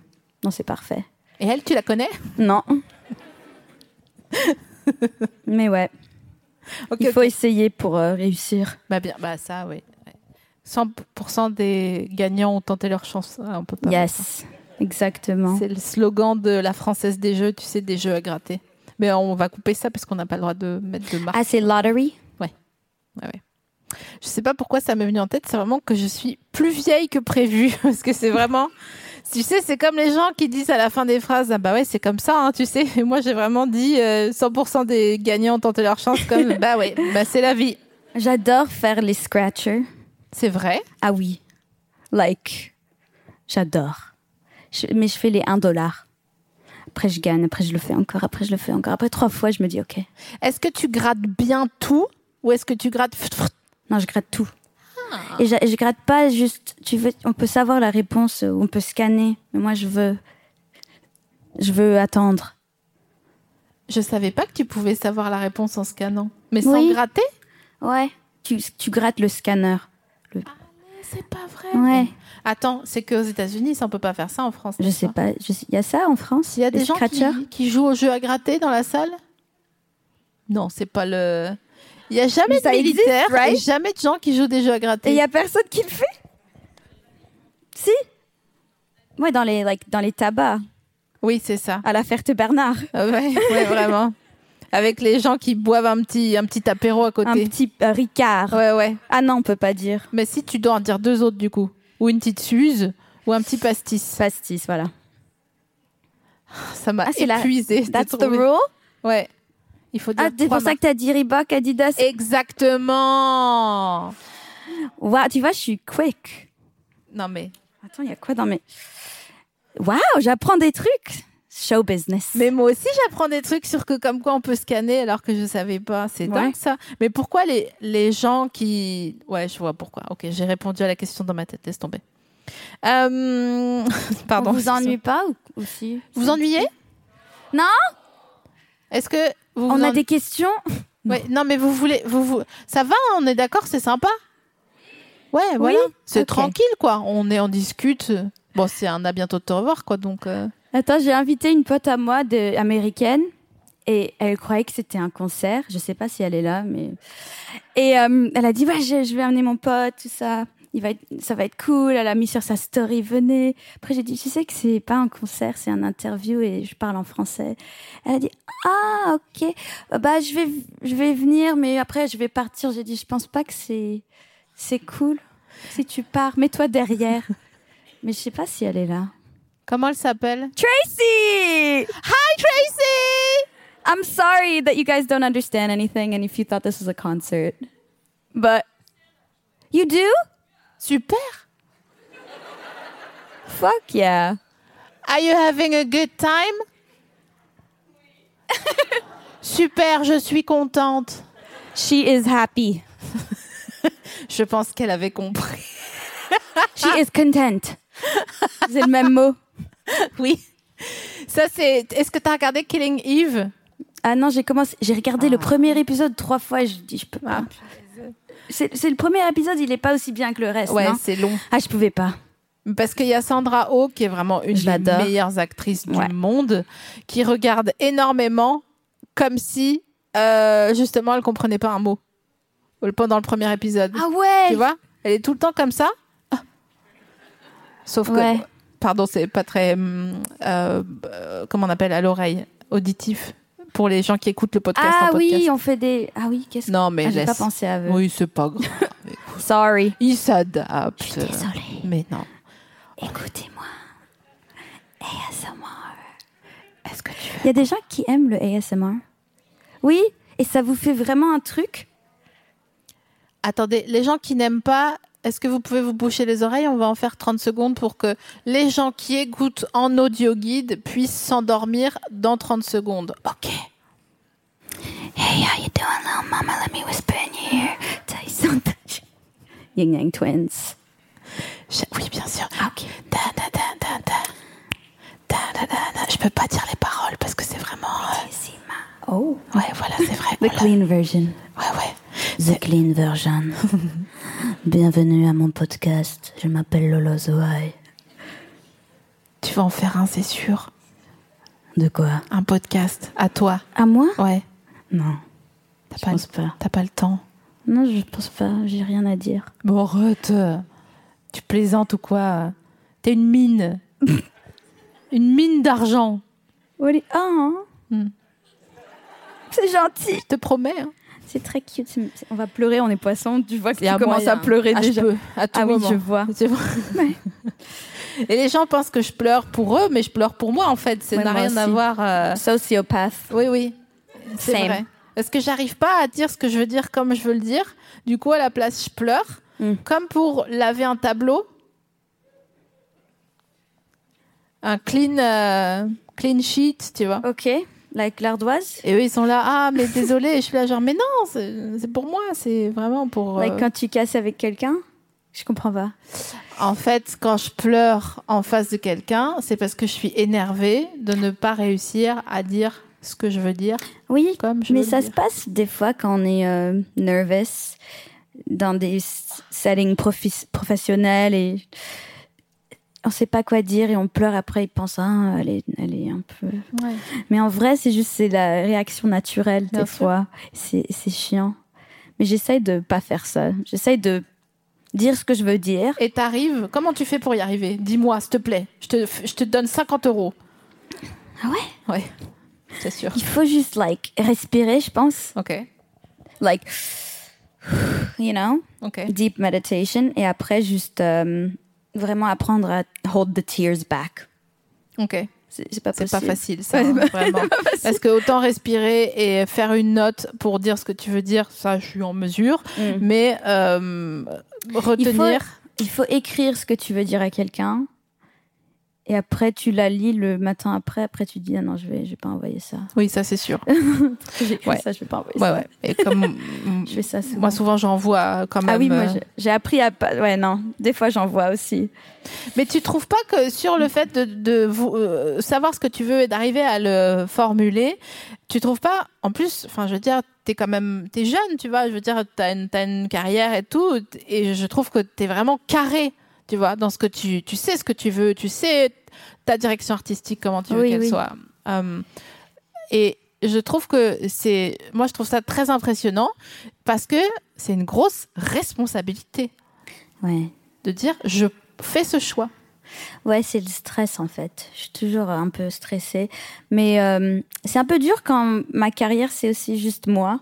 [SPEAKER 3] Non, c'est parfait.
[SPEAKER 2] Et elle, tu la connais
[SPEAKER 3] Non. Mais ouais,
[SPEAKER 2] Ok,
[SPEAKER 3] il faut essayer pour euh, réussir.
[SPEAKER 2] Bah bien, bah ça, oui. Ouais. 100% des gagnants ont tenté leur chance. Ah, on peut pas.
[SPEAKER 3] Yes, exactement.
[SPEAKER 2] C'est le slogan de la française des jeux, tu sais, des jeux à gratter. Mais on va couper ça parce qu'on n'a pas le droit de mettre de marque.
[SPEAKER 3] Ah, c'est lottery
[SPEAKER 2] Ah ouais. Je sais pas pourquoi ça m'est venu en tête, c'est vraiment que je suis plus vieille que prévu. Parce que c'est vraiment. Tu sais, c'est comme les gens qui disent à la fin des phrases Ah bah ouais, c'est comme ça, hein, tu sais. Et moi, j'ai vraiment dit euh, 100% des gagnants ont tenté leur chance, comme Bah ouais, bah c'est la vie.
[SPEAKER 3] J'adore faire les scratchers.
[SPEAKER 2] C'est vrai.
[SPEAKER 3] Ah oui, like, j'adore. Je- mais je fais les 1 dollar. Après, je gagne, après, je le fais encore, après, je le fais encore. Après, trois fois, je me dis, OK.
[SPEAKER 2] Est-ce que tu grattes bien tout ou est-ce que tu grattes.
[SPEAKER 3] Non, je gratte tout.
[SPEAKER 2] Ah.
[SPEAKER 3] Et je, je gratte pas juste. Tu veux, on peut savoir la réponse, euh, on peut scanner. Mais moi, je veux, je veux attendre.
[SPEAKER 2] Je savais pas que tu pouvais savoir la réponse en scannant. Mais sans
[SPEAKER 3] Oui.
[SPEAKER 2] gratter
[SPEAKER 3] Ouais. Tu, tu grattes le scanner.
[SPEAKER 2] C'est pas vrai.
[SPEAKER 3] Ouais.
[SPEAKER 2] Attends, c'est qu'aux États-Unis, ça, on peut pas faire ça en France.
[SPEAKER 3] Je
[SPEAKER 2] n'est-ce
[SPEAKER 3] sais pas. je sais- Il y a ça en France.
[SPEAKER 2] Il y a
[SPEAKER 3] les
[SPEAKER 2] des gens
[SPEAKER 3] scratchers
[SPEAKER 2] qui, qui jouent au jeu à gratter dans la salle Non, c'est pas le. Il y a jamais
[SPEAKER 3] Mais
[SPEAKER 2] de
[SPEAKER 3] ça existe,
[SPEAKER 2] militaires et
[SPEAKER 3] right
[SPEAKER 2] jamais de gens qui jouent des jeux à gratter.
[SPEAKER 3] Et il y a personne qui le fait. Si. Ouais, dans les like, dans les tabacs
[SPEAKER 2] Oui, c'est ça.
[SPEAKER 3] à la Ferté Bernard.
[SPEAKER 2] Ah Ouais, ouais, vraiment. Avec les gens qui boivent un petit un petit apéro à
[SPEAKER 3] Un
[SPEAKER 2] côté.
[SPEAKER 3] petit euh, Ricard.
[SPEAKER 2] Ouais, ouais.
[SPEAKER 3] Ah non, on peut pas dire.
[SPEAKER 2] Mais si tu dois en dire deux autres du coup, ou une petite Suze ou un petit pastis,
[SPEAKER 3] Pastis, voilà.
[SPEAKER 2] ça m'a
[SPEAKER 3] Ah, c'est la-
[SPEAKER 2] épuisé. de
[SPEAKER 3] That's the
[SPEAKER 2] trouver.
[SPEAKER 3] rule.
[SPEAKER 2] Ouais. Il faut dire
[SPEAKER 3] Ah, c'est
[SPEAKER 2] trois
[SPEAKER 3] pour ça
[SPEAKER 2] marques.
[SPEAKER 3] que t'as dit Reebok, Adidas.
[SPEAKER 2] Exactement.
[SPEAKER 3] Waouh, tu vois, je suis quick.
[SPEAKER 2] Non mais
[SPEAKER 3] Attends, il y a quoi dans mes... Waouh, j'apprends des trucs Show business.
[SPEAKER 2] Mais moi aussi, j'apprends des trucs sur que comme quoi on peut scanner alors que je savais pas. C'est
[SPEAKER 3] Ouais.
[SPEAKER 2] dingue ça. Mais pourquoi les, les gens qui. Ouais, je vois pourquoi. Ok, j'ai répondu à la question dans ma tête. Laisse tomber. Euh, Pardon.
[SPEAKER 3] On vous ennuie pas ou, ou si
[SPEAKER 2] Vous ennuyez
[SPEAKER 3] Non
[SPEAKER 2] Est-ce que. Vous
[SPEAKER 3] On
[SPEAKER 2] vous
[SPEAKER 3] a
[SPEAKER 2] en-
[SPEAKER 3] des questions
[SPEAKER 2] Ouais, non, mais vous voulez. Vous, vous... Ça va, hein, on est d'accord, c'est sympa Ouais, voilà. C'est
[SPEAKER 3] Ok.
[SPEAKER 2] tranquille, quoi. On est en discute. Bon, c'est un à bientôt de te revoir, quoi. Donc. euh,
[SPEAKER 3] Attends, j'ai invité une pote à moi de, américaine et elle croyait que c'était un concert. Je sais pas si elle est là, mais... Et euh, elle a dit, ouais, je, je vais amener mon pote, tout ça. Il va être- ça va être cool. Elle a mis sur sa story, venez. Après, j'ai dit, tu sais que c'est pas un concert, c'est un interview et je parle en français. Elle a dit, ah, ok. Euh, Bah, je vais, je vais venir, mais après, je vais partir. J'ai dit, je pense pas que c'est, c'est cool si tu pars. Mets-toi derrière. mais je sais pas si elle est là.
[SPEAKER 2] Comment elle s'appelle
[SPEAKER 3] Tracy!
[SPEAKER 2] Hi, Tracy
[SPEAKER 3] I'm sorry that you guys don't understand anything and if you thought this was a concert. But you do?
[SPEAKER 2] Super
[SPEAKER 3] Fuck yeah.
[SPEAKER 2] Are you having a good time? Super, je suis contente.
[SPEAKER 3] She is happy.
[SPEAKER 2] Je pense qu'elle avait compris.
[SPEAKER 3] She is content. C'est le même mot.
[SPEAKER 2] Oui. Ça c'est. Est-ce que t'as regardé Killing Eve?
[SPEAKER 3] Ah non, j'ai commencé, j'ai regardé le premier épisode trois fois et je dis je peux pas. C'est c'est le premier épisode, il est pas aussi bien que le reste. non
[SPEAKER 2] c'est long.
[SPEAKER 3] ah, je pouvais pas.
[SPEAKER 2] Parce qu'il y a Sandra Oh qui est vraiment une
[SPEAKER 3] Je
[SPEAKER 2] des
[SPEAKER 3] l'adore.
[SPEAKER 2] meilleures actrices
[SPEAKER 3] Ouais.
[SPEAKER 2] du monde, qui regarde énormément, comme si euh, justement elle comprenait pas un mot pendant le premier épisode.
[SPEAKER 3] Ah ouais.
[SPEAKER 2] Tu vois Elle est tout le temps comme ça. Ah. Sauf que,
[SPEAKER 3] Ouais.
[SPEAKER 2] pardon, c'est pas très. hum, euh, euh, comment on appelle À l'oreille. Auditif. pour les gens qui écoutent le podcast
[SPEAKER 3] Ah
[SPEAKER 2] en podcast.
[SPEAKER 3] oui, on fait des. Ah oui, qu'est-ce que.
[SPEAKER 2] Non, mais
[SPEAKER 3] Ah, j'ai
[SPEAKER 2] laisse.
[SPEAKER 3] pas pensé à eux.
[SPEAKER 2] Oui, c'est pas grave.
[SPEAKER 3] Sorry.
[SPEAKER 2] Ils s'adaptent.
[SPEAKER 3] Je suis désolée.
[SPEAKER 2] Mais non.
[SPEAKER 3] Écoutez-moi. ASMR.
[SPEAKER 2] Est-ce que tu
[SPEAKER 3] Il y a des gens qui aiment le ASMR. Oui, et ça vous fait vraiment un truc
[SPEAKER 2] Attendez, les gens qui n'aiment pas, est-ce que vous pouvez vous boucher les oreilles On va en faire 30 secondes pour que les gens qui écoutent en audio guide puissent s'endormir dans 30 secondes. Ok.
[SPEAKER 3] Hey, how you doing, little mama? Let me whisper in your ear. Tell you something. Yin Yang Twins.
[SPEAKER 2] Je- Oui, bien sûr.
[SPEAKER 3] ok.
[SPEAKER 2] Da, da, da, da, da. Da, da, da, da. Je peux pas dire les paroles parce que c'est vraiment. euh,
[SPEAKER 3] Oh,
[SPEAKER 2] Ouais, voilà, c'est vrai.
[SPEAKER 3] the
[SPEAKER 2] Voilà.
[SPEAKER 3] clean version.
[SPEAKER 2] Ouais, ouais.
[SPEAKER 3] The clean version. Bienvenue à mon podcast. Je m'appelle Lolo Zoai.
[SPEAKER 2] Tu vas en faire un, c'est sûr.
[SPEAKER 3] De quoi
[SPEAKER 2] Un podcast à toi.
[SPEAKER 3] À moi
[SPEAKER 2] Ouais.
[SPEAKER 3] Non.
[SPEAKER 2] T'as
[SPEAKER 3] Je
[SPEAKER 2] pas,
[SPEAKER 3] pense pas.
[SPEAKER 2] T'as pas le temps.
[SPEAKER 3] Non, je pense pas. J'ai rien à dire.
[SPEAKER 2] Bon, arrête. Tu plaisantes ou quoi euh? T'es une mine. une mine d'argent.
[SPEAKER 3] What do you- Ah, hein
[SPEAKER 2] Hmm.
[SPEAKER 3] C'est gentil.
[SPEAKER 2] Je te promets. hein.
[SPEAKER 3] C'est très cute. C'est- On va pleurer, on est poisson. Tu vois que
[SPEAKER 2] Il y a
[SPEAKER 3] tu commences
[SPEAKER 2] moyen.
[SPEAKER 3] à pleurer
[SPEAKER 2] Ah, je
[SPEAKER 3] déjà.
[SPEAKER 2] peux, à tout
[SPEAKER 3] Ah oui,
[SPEAKER 2] moment.
[SPEAKER 3] je vois.
[SPEAKER 2] C'est vrai. Et les gens pensent que je pleure pour eux, mais je pleure pour moi en fait. Ça
[SPEAKER 3] Ouais,
[SPEAKER 2] n'a
[SPEAKER 3] moi
[SPEAKER 2] rien à
[SPEAKER 3] aussi.
[SPEAKER 2] voir. euh,
[SPEAKER 3] Sociopathe.
[SPEAKER 2] Oui, oui. C'est
[SPEAKER 3] Same.
[SPEAKER 2] vrai. Parce que j'arrive pas à dire ce que je veux dire comme je veux le dire. Du coup, à la place, je pleure.
[SPEAKER 3] Mm.
[SPEAKER 2] Comme pour laver un tableau. Un clean, euh, clean sheet, tu vois.
[SPEAKER 3] Ok, like l'ardoise.
[SPEAKER 2] Et eux, ils sont là, ah, mais désolé. Et je suis là, genre, mais non, c'est c'est pour moi. C'est vraiment pour. euh,
[SPEAKER 3] Like quand tu casses avec quelqu'un. Je comprends pas.
[SPEAKER 2] En fait, quand je pleure en face de quelqu'un, c'est parce que je suis énervée de ne pas réussir à dire ce que je veux dire
[SPEAKER 3] Oui,
[SPEAKER 2] comme je
[SPEAKER 3] mais
[SPEAKER 2] veux le
[SPEAKER 3] ça se
[SPEAKER 2] dire.
[SPEAKER 3] passe des fois quand on est euh, nervous dans des s- settings profis- professionnels et on sait pas quoi dire et on pleure après ils pensent ah elle est, elle est un peu
[SPEAKER 2] Ouais.
[SPEAKER 3] mais en vrai c'est juste c'est la réaction naturelle
[SPEAKER 2] Bien
[SPEAKER 3] des
[SPEAKER 2] sûr.
[SPEAKER 3] fois c'est c'est chiant mais j'essaye de pas faire ça j'essaye de dire ce que je veux dire
[SPEAKER 2] Et t'arrives, comment tu fais pour y arriver Dis-moi, s'il te plaît. Je te, je te donne 50 euros.
[SPEAKER 3] ah ouais
[SPEAKER 2] Ouais, c'est sûr.
[SPEAKER 3] il faut juste like respirer je pense
[SPEAKER 2] Ok,
[SPEAKER 3] like you know
[SPEAKER 2] ok.
[SPEAKER 3] deep meditation et après juste euh, vraiment apprendre à hold the tears back.
[SPEAKER 2] Ok.
[SPEAKER 3] C'est c'est pas
[SPEAKER 2] C'est
[SPEAKER 3] possible.
[SPEAKER 2] pas facile, ça, hein, vraiment. Parce que autant respirer et faire une note pour dire ce que tu veux dire, ça, je suis en mesure.
[SPEAKER 3] Mm.
[SPEAKER 2] Mais euh, retenir.
[SPEAKER 3] Il faut écrire ce que tu veux dire à quelqu'un et après tu la lis le matin après. Après tu dis ah non je vais je vais pas envoyer ça.
[SPEAKER 2] Oui, ça, c'est sûr.
[SPEAKER 3] J'ai écrit
[SPEAKER 2] Ouais.
[SPEAKER 3] ça je vais pas envoyer
[SPEAKER 2] Ouais,
[SPEAKER 3] ça.
[SPEAKER 2] ouais. Et comme.
[SPEAKER 3] Je fais ça souvent.
[SPEAKER 2] Moi, souvent, j'envoie quand même.
[SPEAKER 3] ah oui, moi
[SPEAKER 2] euh,
[SPEAKER 3] je- j'ai appris à pas. Ouais, non. Des fois, j'en vois aussi.
[SPEAKER 2] Mais tu trouves pas que sur le fait de, de vou- euh, savoir ce que tu veux et d'arriver à le formuler, tu trouves pas En plus, enfin, je veux dire, t'es quand même, t'es jeune, tu vois. Je veux dire, t'as une, t'as une carrière et tout, et je trouve que t'es vraiment carré, tu vois, dans ce que tu, tu sais ce que tu veux, tu sais ta direction artistique comment tu veux
[SPEAKER 3] Oui,
[SPEAKER 2] qu'elle
[SPEAKER 3] oui.
[SPEAKER 2] soit. Euh, et je trouve que c'est, moi, je trouve ça très impressionnant parce que c'est une grosse responsabilité
[SPEAKER 3] Ouais.
[SPEAKER 2] de dire je fais ce choix.
[SPEAKER 3] Ouais, c'est le stress en fait. Je suis toujours un peu stressée. Mais euh, c'est un peu dur quand ma carrière, c'est aussi juste moi.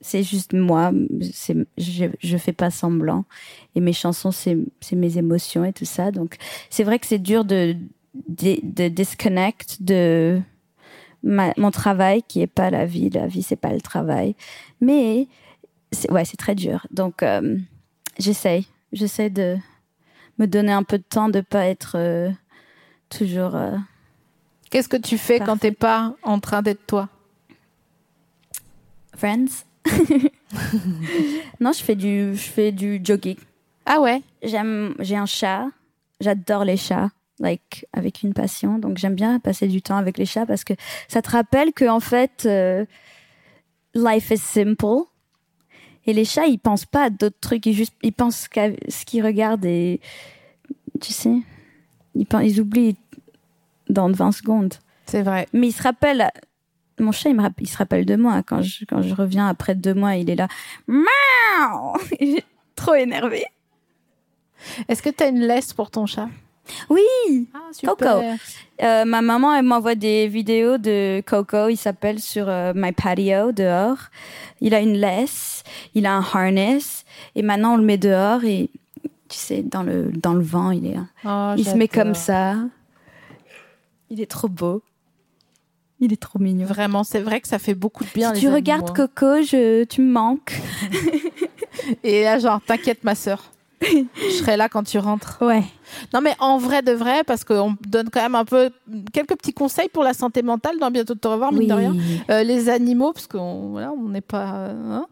[SPEAKER 3] C'est juste moi. C'est, je, je fais pas semblant. Et mes chansons, c'est, c'est mes émotions et tout ça. Donc c'est vrai que c'est dur de, de, de disconnect de ma- mon travail qui est pas la vie. La vie, c'est pas le travail. Mais c'est, ouais, c'est très dur. Donc euh, j'essaye. J'essaie de me donner un peu de temps de pas être euh, toujours euh,
[SPEAKER 2] Qu'est-ce que tu fais quand
[SPEAKER 3] Parfait.
[SPEAKER 2] t'es pas en train d'être toi
[SPEAKER 3] friends. non, je fais du je fais du jogging.
[SPEAKER 2] Ah ouais
[SPEAKER 3] J'aime j'ai un chat. J'adore les chats. Like, avec une passion. Donc, j'aime bien passer du temps avec les chats parce que ça te rappelle que, en fait, euh, life is simple. Et les chats, ils pensent pas à d'autres trucs. Ils, juste, ils pensent qu'à ce qu'ils regardent et. Tu sais Ils, pen- ils oublient dans 20 secondes.
[SPEAKER 2] C'est vrai.
[SPEAKER 3] Mais il se rappelle. Mon chat, il, me rappelle, il se rappelle de moi. Quand je, quand je reviens après deux mois, il est là. Miaou Il est trop énervé.
[SPEAKER 2] Est-ce que t'as une laisse pour ton chat
[SPEAKER 3] Oui
[SPEAKER 2] Ah,
[SPEAKER 3] super. Coco. Euh, Ma maman, elle m'envoie des vidéos de Coco. Il s'appelle sur euh, My Patio, dehors. Il a une laisse, il a un harness. Et maintenant, on le met dehors et, tu sais, dans le, dans le vent, il est...
[SPEAKER 2] Oh, Ah,
[SPEAKER 3] Il se met comme ça. Il est trop beau. Il est trop mignon.
[SPEAKER 2] Vraiment, c'est vrai que ça fait beaucoup de bien. les
[SPEAKER 3] si tu regardes
[SPEAKER 2] animaux, hein.
[SPEAKER 3] Coco, je, tu me manques.
[SPEAKER 2] Et là, genre, t'inquiète, ma sœur. Je serai là quand tu rentres.
[SPEAKER 3] Ouais.
[SPEAKER 2] Non, mais en vrai de vrai, parce qu'on donne quand même un peu quelques petits conseils pour la santé mentale dans Bientôt de te revoir, mine de rien. Euh, les animaux, parce qu'on voilà, on n'est pas. euh, hein.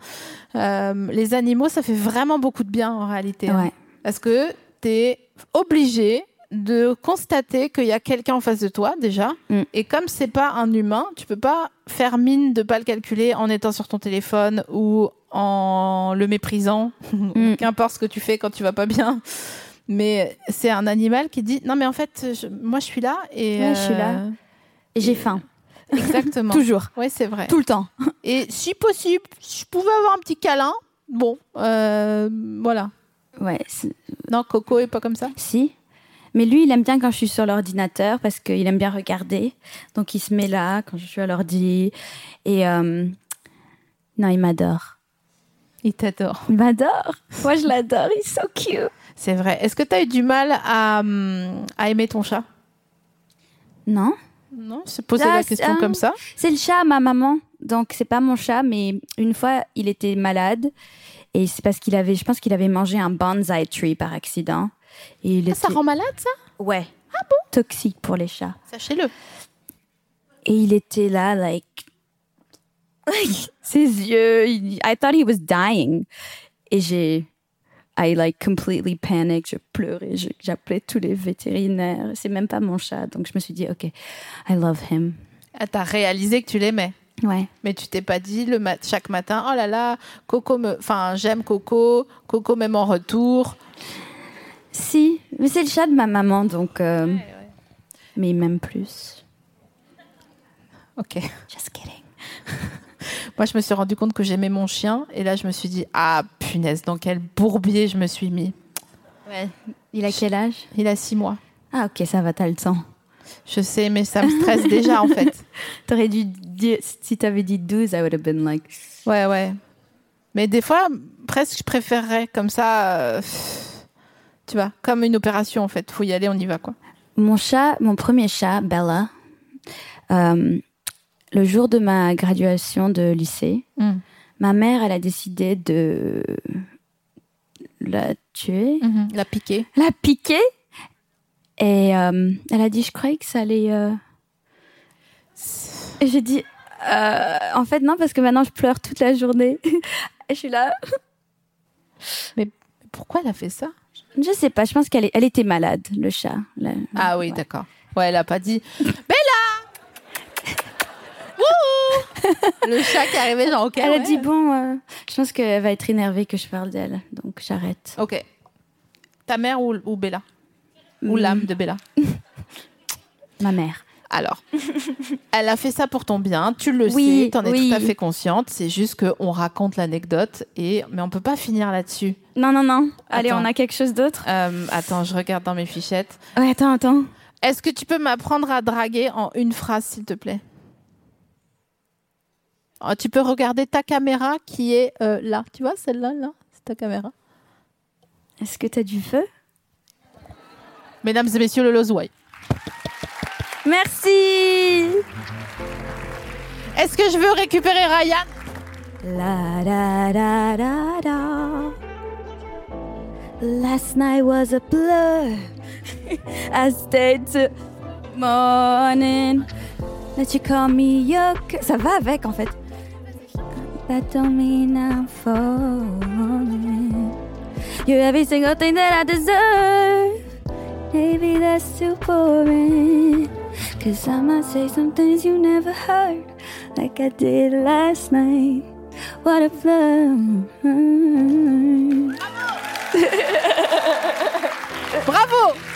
[SPEAKER 2] Euh, les animaux, ça fait vraiment beaucoup de bien en réalité. hein.
[SPEAKER 3] Ouais.
[SPEAKER 2] Parce que tu es obligé de constater qu'il y a quelqu'un en face de toi déjà.
[SPEAKER 3] Mm.
[SPEAKER 2] Et comme c'est pas un humain, tu peux pas faire mine de pas le calculer en étant sur ton téléphone ou en le méprisant.
[SPEAKER 3] Mm.
[SPEAKER 2] Qu'importe ce que tu fais quand tu vas pas bien. Mais c'est un animal qui dit non mais en fait je- moi je suis là et
[SPEAKER 3] Ouais, je suis là.
[SPEAKER 2] euh,
[SPEAKER 3] Et J'ai faim.
[SPEAKER 2] exactement.
[SPEAKER 3] Toujours.
[SPEAKER 2] Oui, c'est vrai.
[SPEAKER 3] Tout le temps.
[SPEAKER 2] Et si possible, si je pouvais avoir un petit câlin, bon, euh, voilà.
[SPEAKER 3] Ouais. c'est-
[SPEAKER 2] Non, Coco est pas comme ça.
[SPEAKER 3] Si. Mais lui, il aime bien quand je suis sur l'ordinateur parce qu'il aime bien regarder. Donc il se met là quand je suis à l'ordi. Et euh, non, il m'adore.
[SPEAKER 2] Il t'adore.
[SPEAKER 3] Il m'adore. Moi, je l'adore. Il est so cute.
[SPEAKER 2] C'est vrai. Est-ce que tu as eu du mal à, hum, à aimer ton chat
[SPEAKER 3] Non
[SPEAKER 2] Non, se poser
[SPEAKER 3] Ah,
[SPEAKER 2] la
[SPEAKER 3] c'est-
[SPEAKER 2] question
[SPEAKER 3] ah.
[SPEAKER 2] comme ça.
[SPEAKER 3] C'est le chat à ma maman, donc c'est pas mon chat, mais une fois il était malade et c'est parce qu'il avait, je pense qu'il avait mangé un bonsai tree par accident. Et il
[SPEAKER 2] Ah, ça
[SPEAKER 3] était-
[SPEAKER 2] rend malade, ça
[SPEAKER 3] ouais, Ah bon toxique pour les chats.
[SPEAKER 2] Sachez-le.
[SPEAKER 3] Et il était là, like, like, ses yeux, il- I thought he was dying. Et j'ai, I like completely panicked, je pleurais, je- j'appelais tous les vétérinaires. C'est même pas mon chat, donc je me suis dit, ok, I love him.
[SPEAKER 2] Ah, t'as réalisé que tu l'aimais.
[SPEAKER 3] Ouais.
[SPEAKER 2] Mais tu t'es pas dit le mat- chaque matin, oh là là, Coco me, enfin j'aime Coco, Coco m'aime en retour.
[SPEAKER 3] Si, mais c'est le chat de ma maman, donc. euh, Mais il m'aime plus.
[SPEAKER 2] Ok.
[SPEAKER 3] Just kidding.
[SPEAKER 2] Moi, je me suis rendu compte que j'aimais mon chien, et là, je me suis dit, ah punaise, dans quel bourbier je me suis mis.
[SPEAKER 3] Ouais. Il a quel âge
[SPEAKER 2] Il a six mois.
[SPEAKER 3] Ah, ok, ça va, t'as le temps.
[SPEAKER 2] Je sais, mais ça me stresse déjà en fait.
[SPEAKER 3] T'aurais dû dire. Si t'avais dit 12, I would have been like.
[SPEAKER 2] Ouais, ouais. Mais des fois, presque, je préférerais comme ça. euh, pff, tu vois, comme une opération en fait. Faut y aller, on y va quoi.
[SPEAKER 3] Mon chat, mon premier chat, Bella, euh, le jour de ma graduation de lycée,
[SPEAKER 2] Mm.
[SPEAKER 3] ma mère, elle a décidé de. la tuer.
[SPEAKER 2] Mm-hmm. La piquer.
[SPEAKER 3] l'a piqué et euh, elle a dit je croyais que ça allait euh. et j'ai dit Euh, en fait non parce que maintenant je pleure toute la journée je suis là
[SPEAKER 2] Pourquoi elle a fait ça
[SPEAKER 3] je sais pas je pense qu'elle est- elle était malade le chat là.
[SPEAKER 2] Ah oui, d'accord. Ouais, elle a pas dit. Bella Wouhou Le chat qui est arrivé, genre, ok.
[SPEAKER 3] elle a
[SPEAKER 2] ouais.
[SPEAKER 3] dit bon euh, je pense qu'elle va être énervée que je parle d'elle donc j'arrête
[SPEAKER 2] Ok. Ta mère ou, ou Bella Ou l'âme de Bella
[SPEAKER 3] ma mère
[SPEAKER 2] Alors, elle a fait ça pour ton bien, tu le
[SPEAKER 3] Oui,
[SPEAKER 2] sais, t'en es
[SPEAKER 3] oui.
[SPEAKER 2] tout à fait consciente. C'est juste qu'on raconte l'anecdote, et mais on peut pas finir là-dessus.
[SPEAKER 3] non non non allez
[SPEAKER 2] Attends.
[SPEAKER 3] on a quelque chose d'autre
[SPEAKER 2] Euh, attends, je regarde dans mes fichettes.
[SPEAKER 3] ouais attends attends
[SPEAKER 2] Est-ce que tu peux m'apprendre à draguer en une phrase, s'il te plaît Oh, Tu peux regarder ta caméra qui est euh, là. Tu vois, celle-là, là, c'est ta caméra.
[SPEAKER 3] est-ce que t'as du feu
[SPEAKER 2] Mesdames et messieurs, le Lozway.
[SPEAKER 3] merci
[SPEAKER 2] Est-ce que je veux récupérer Ryan
[SPEAKER 3] La da da da da. Last night was a blur. I stayed till morning. That you call me your. c- Ça va avec en fait. That don't mean I'm falling. You're every single thing that I deserve. Maybe that's too boring. Cause I might say some things you never heard. Like I did last night. What a flirt.
[SPEAKER 2] Bravo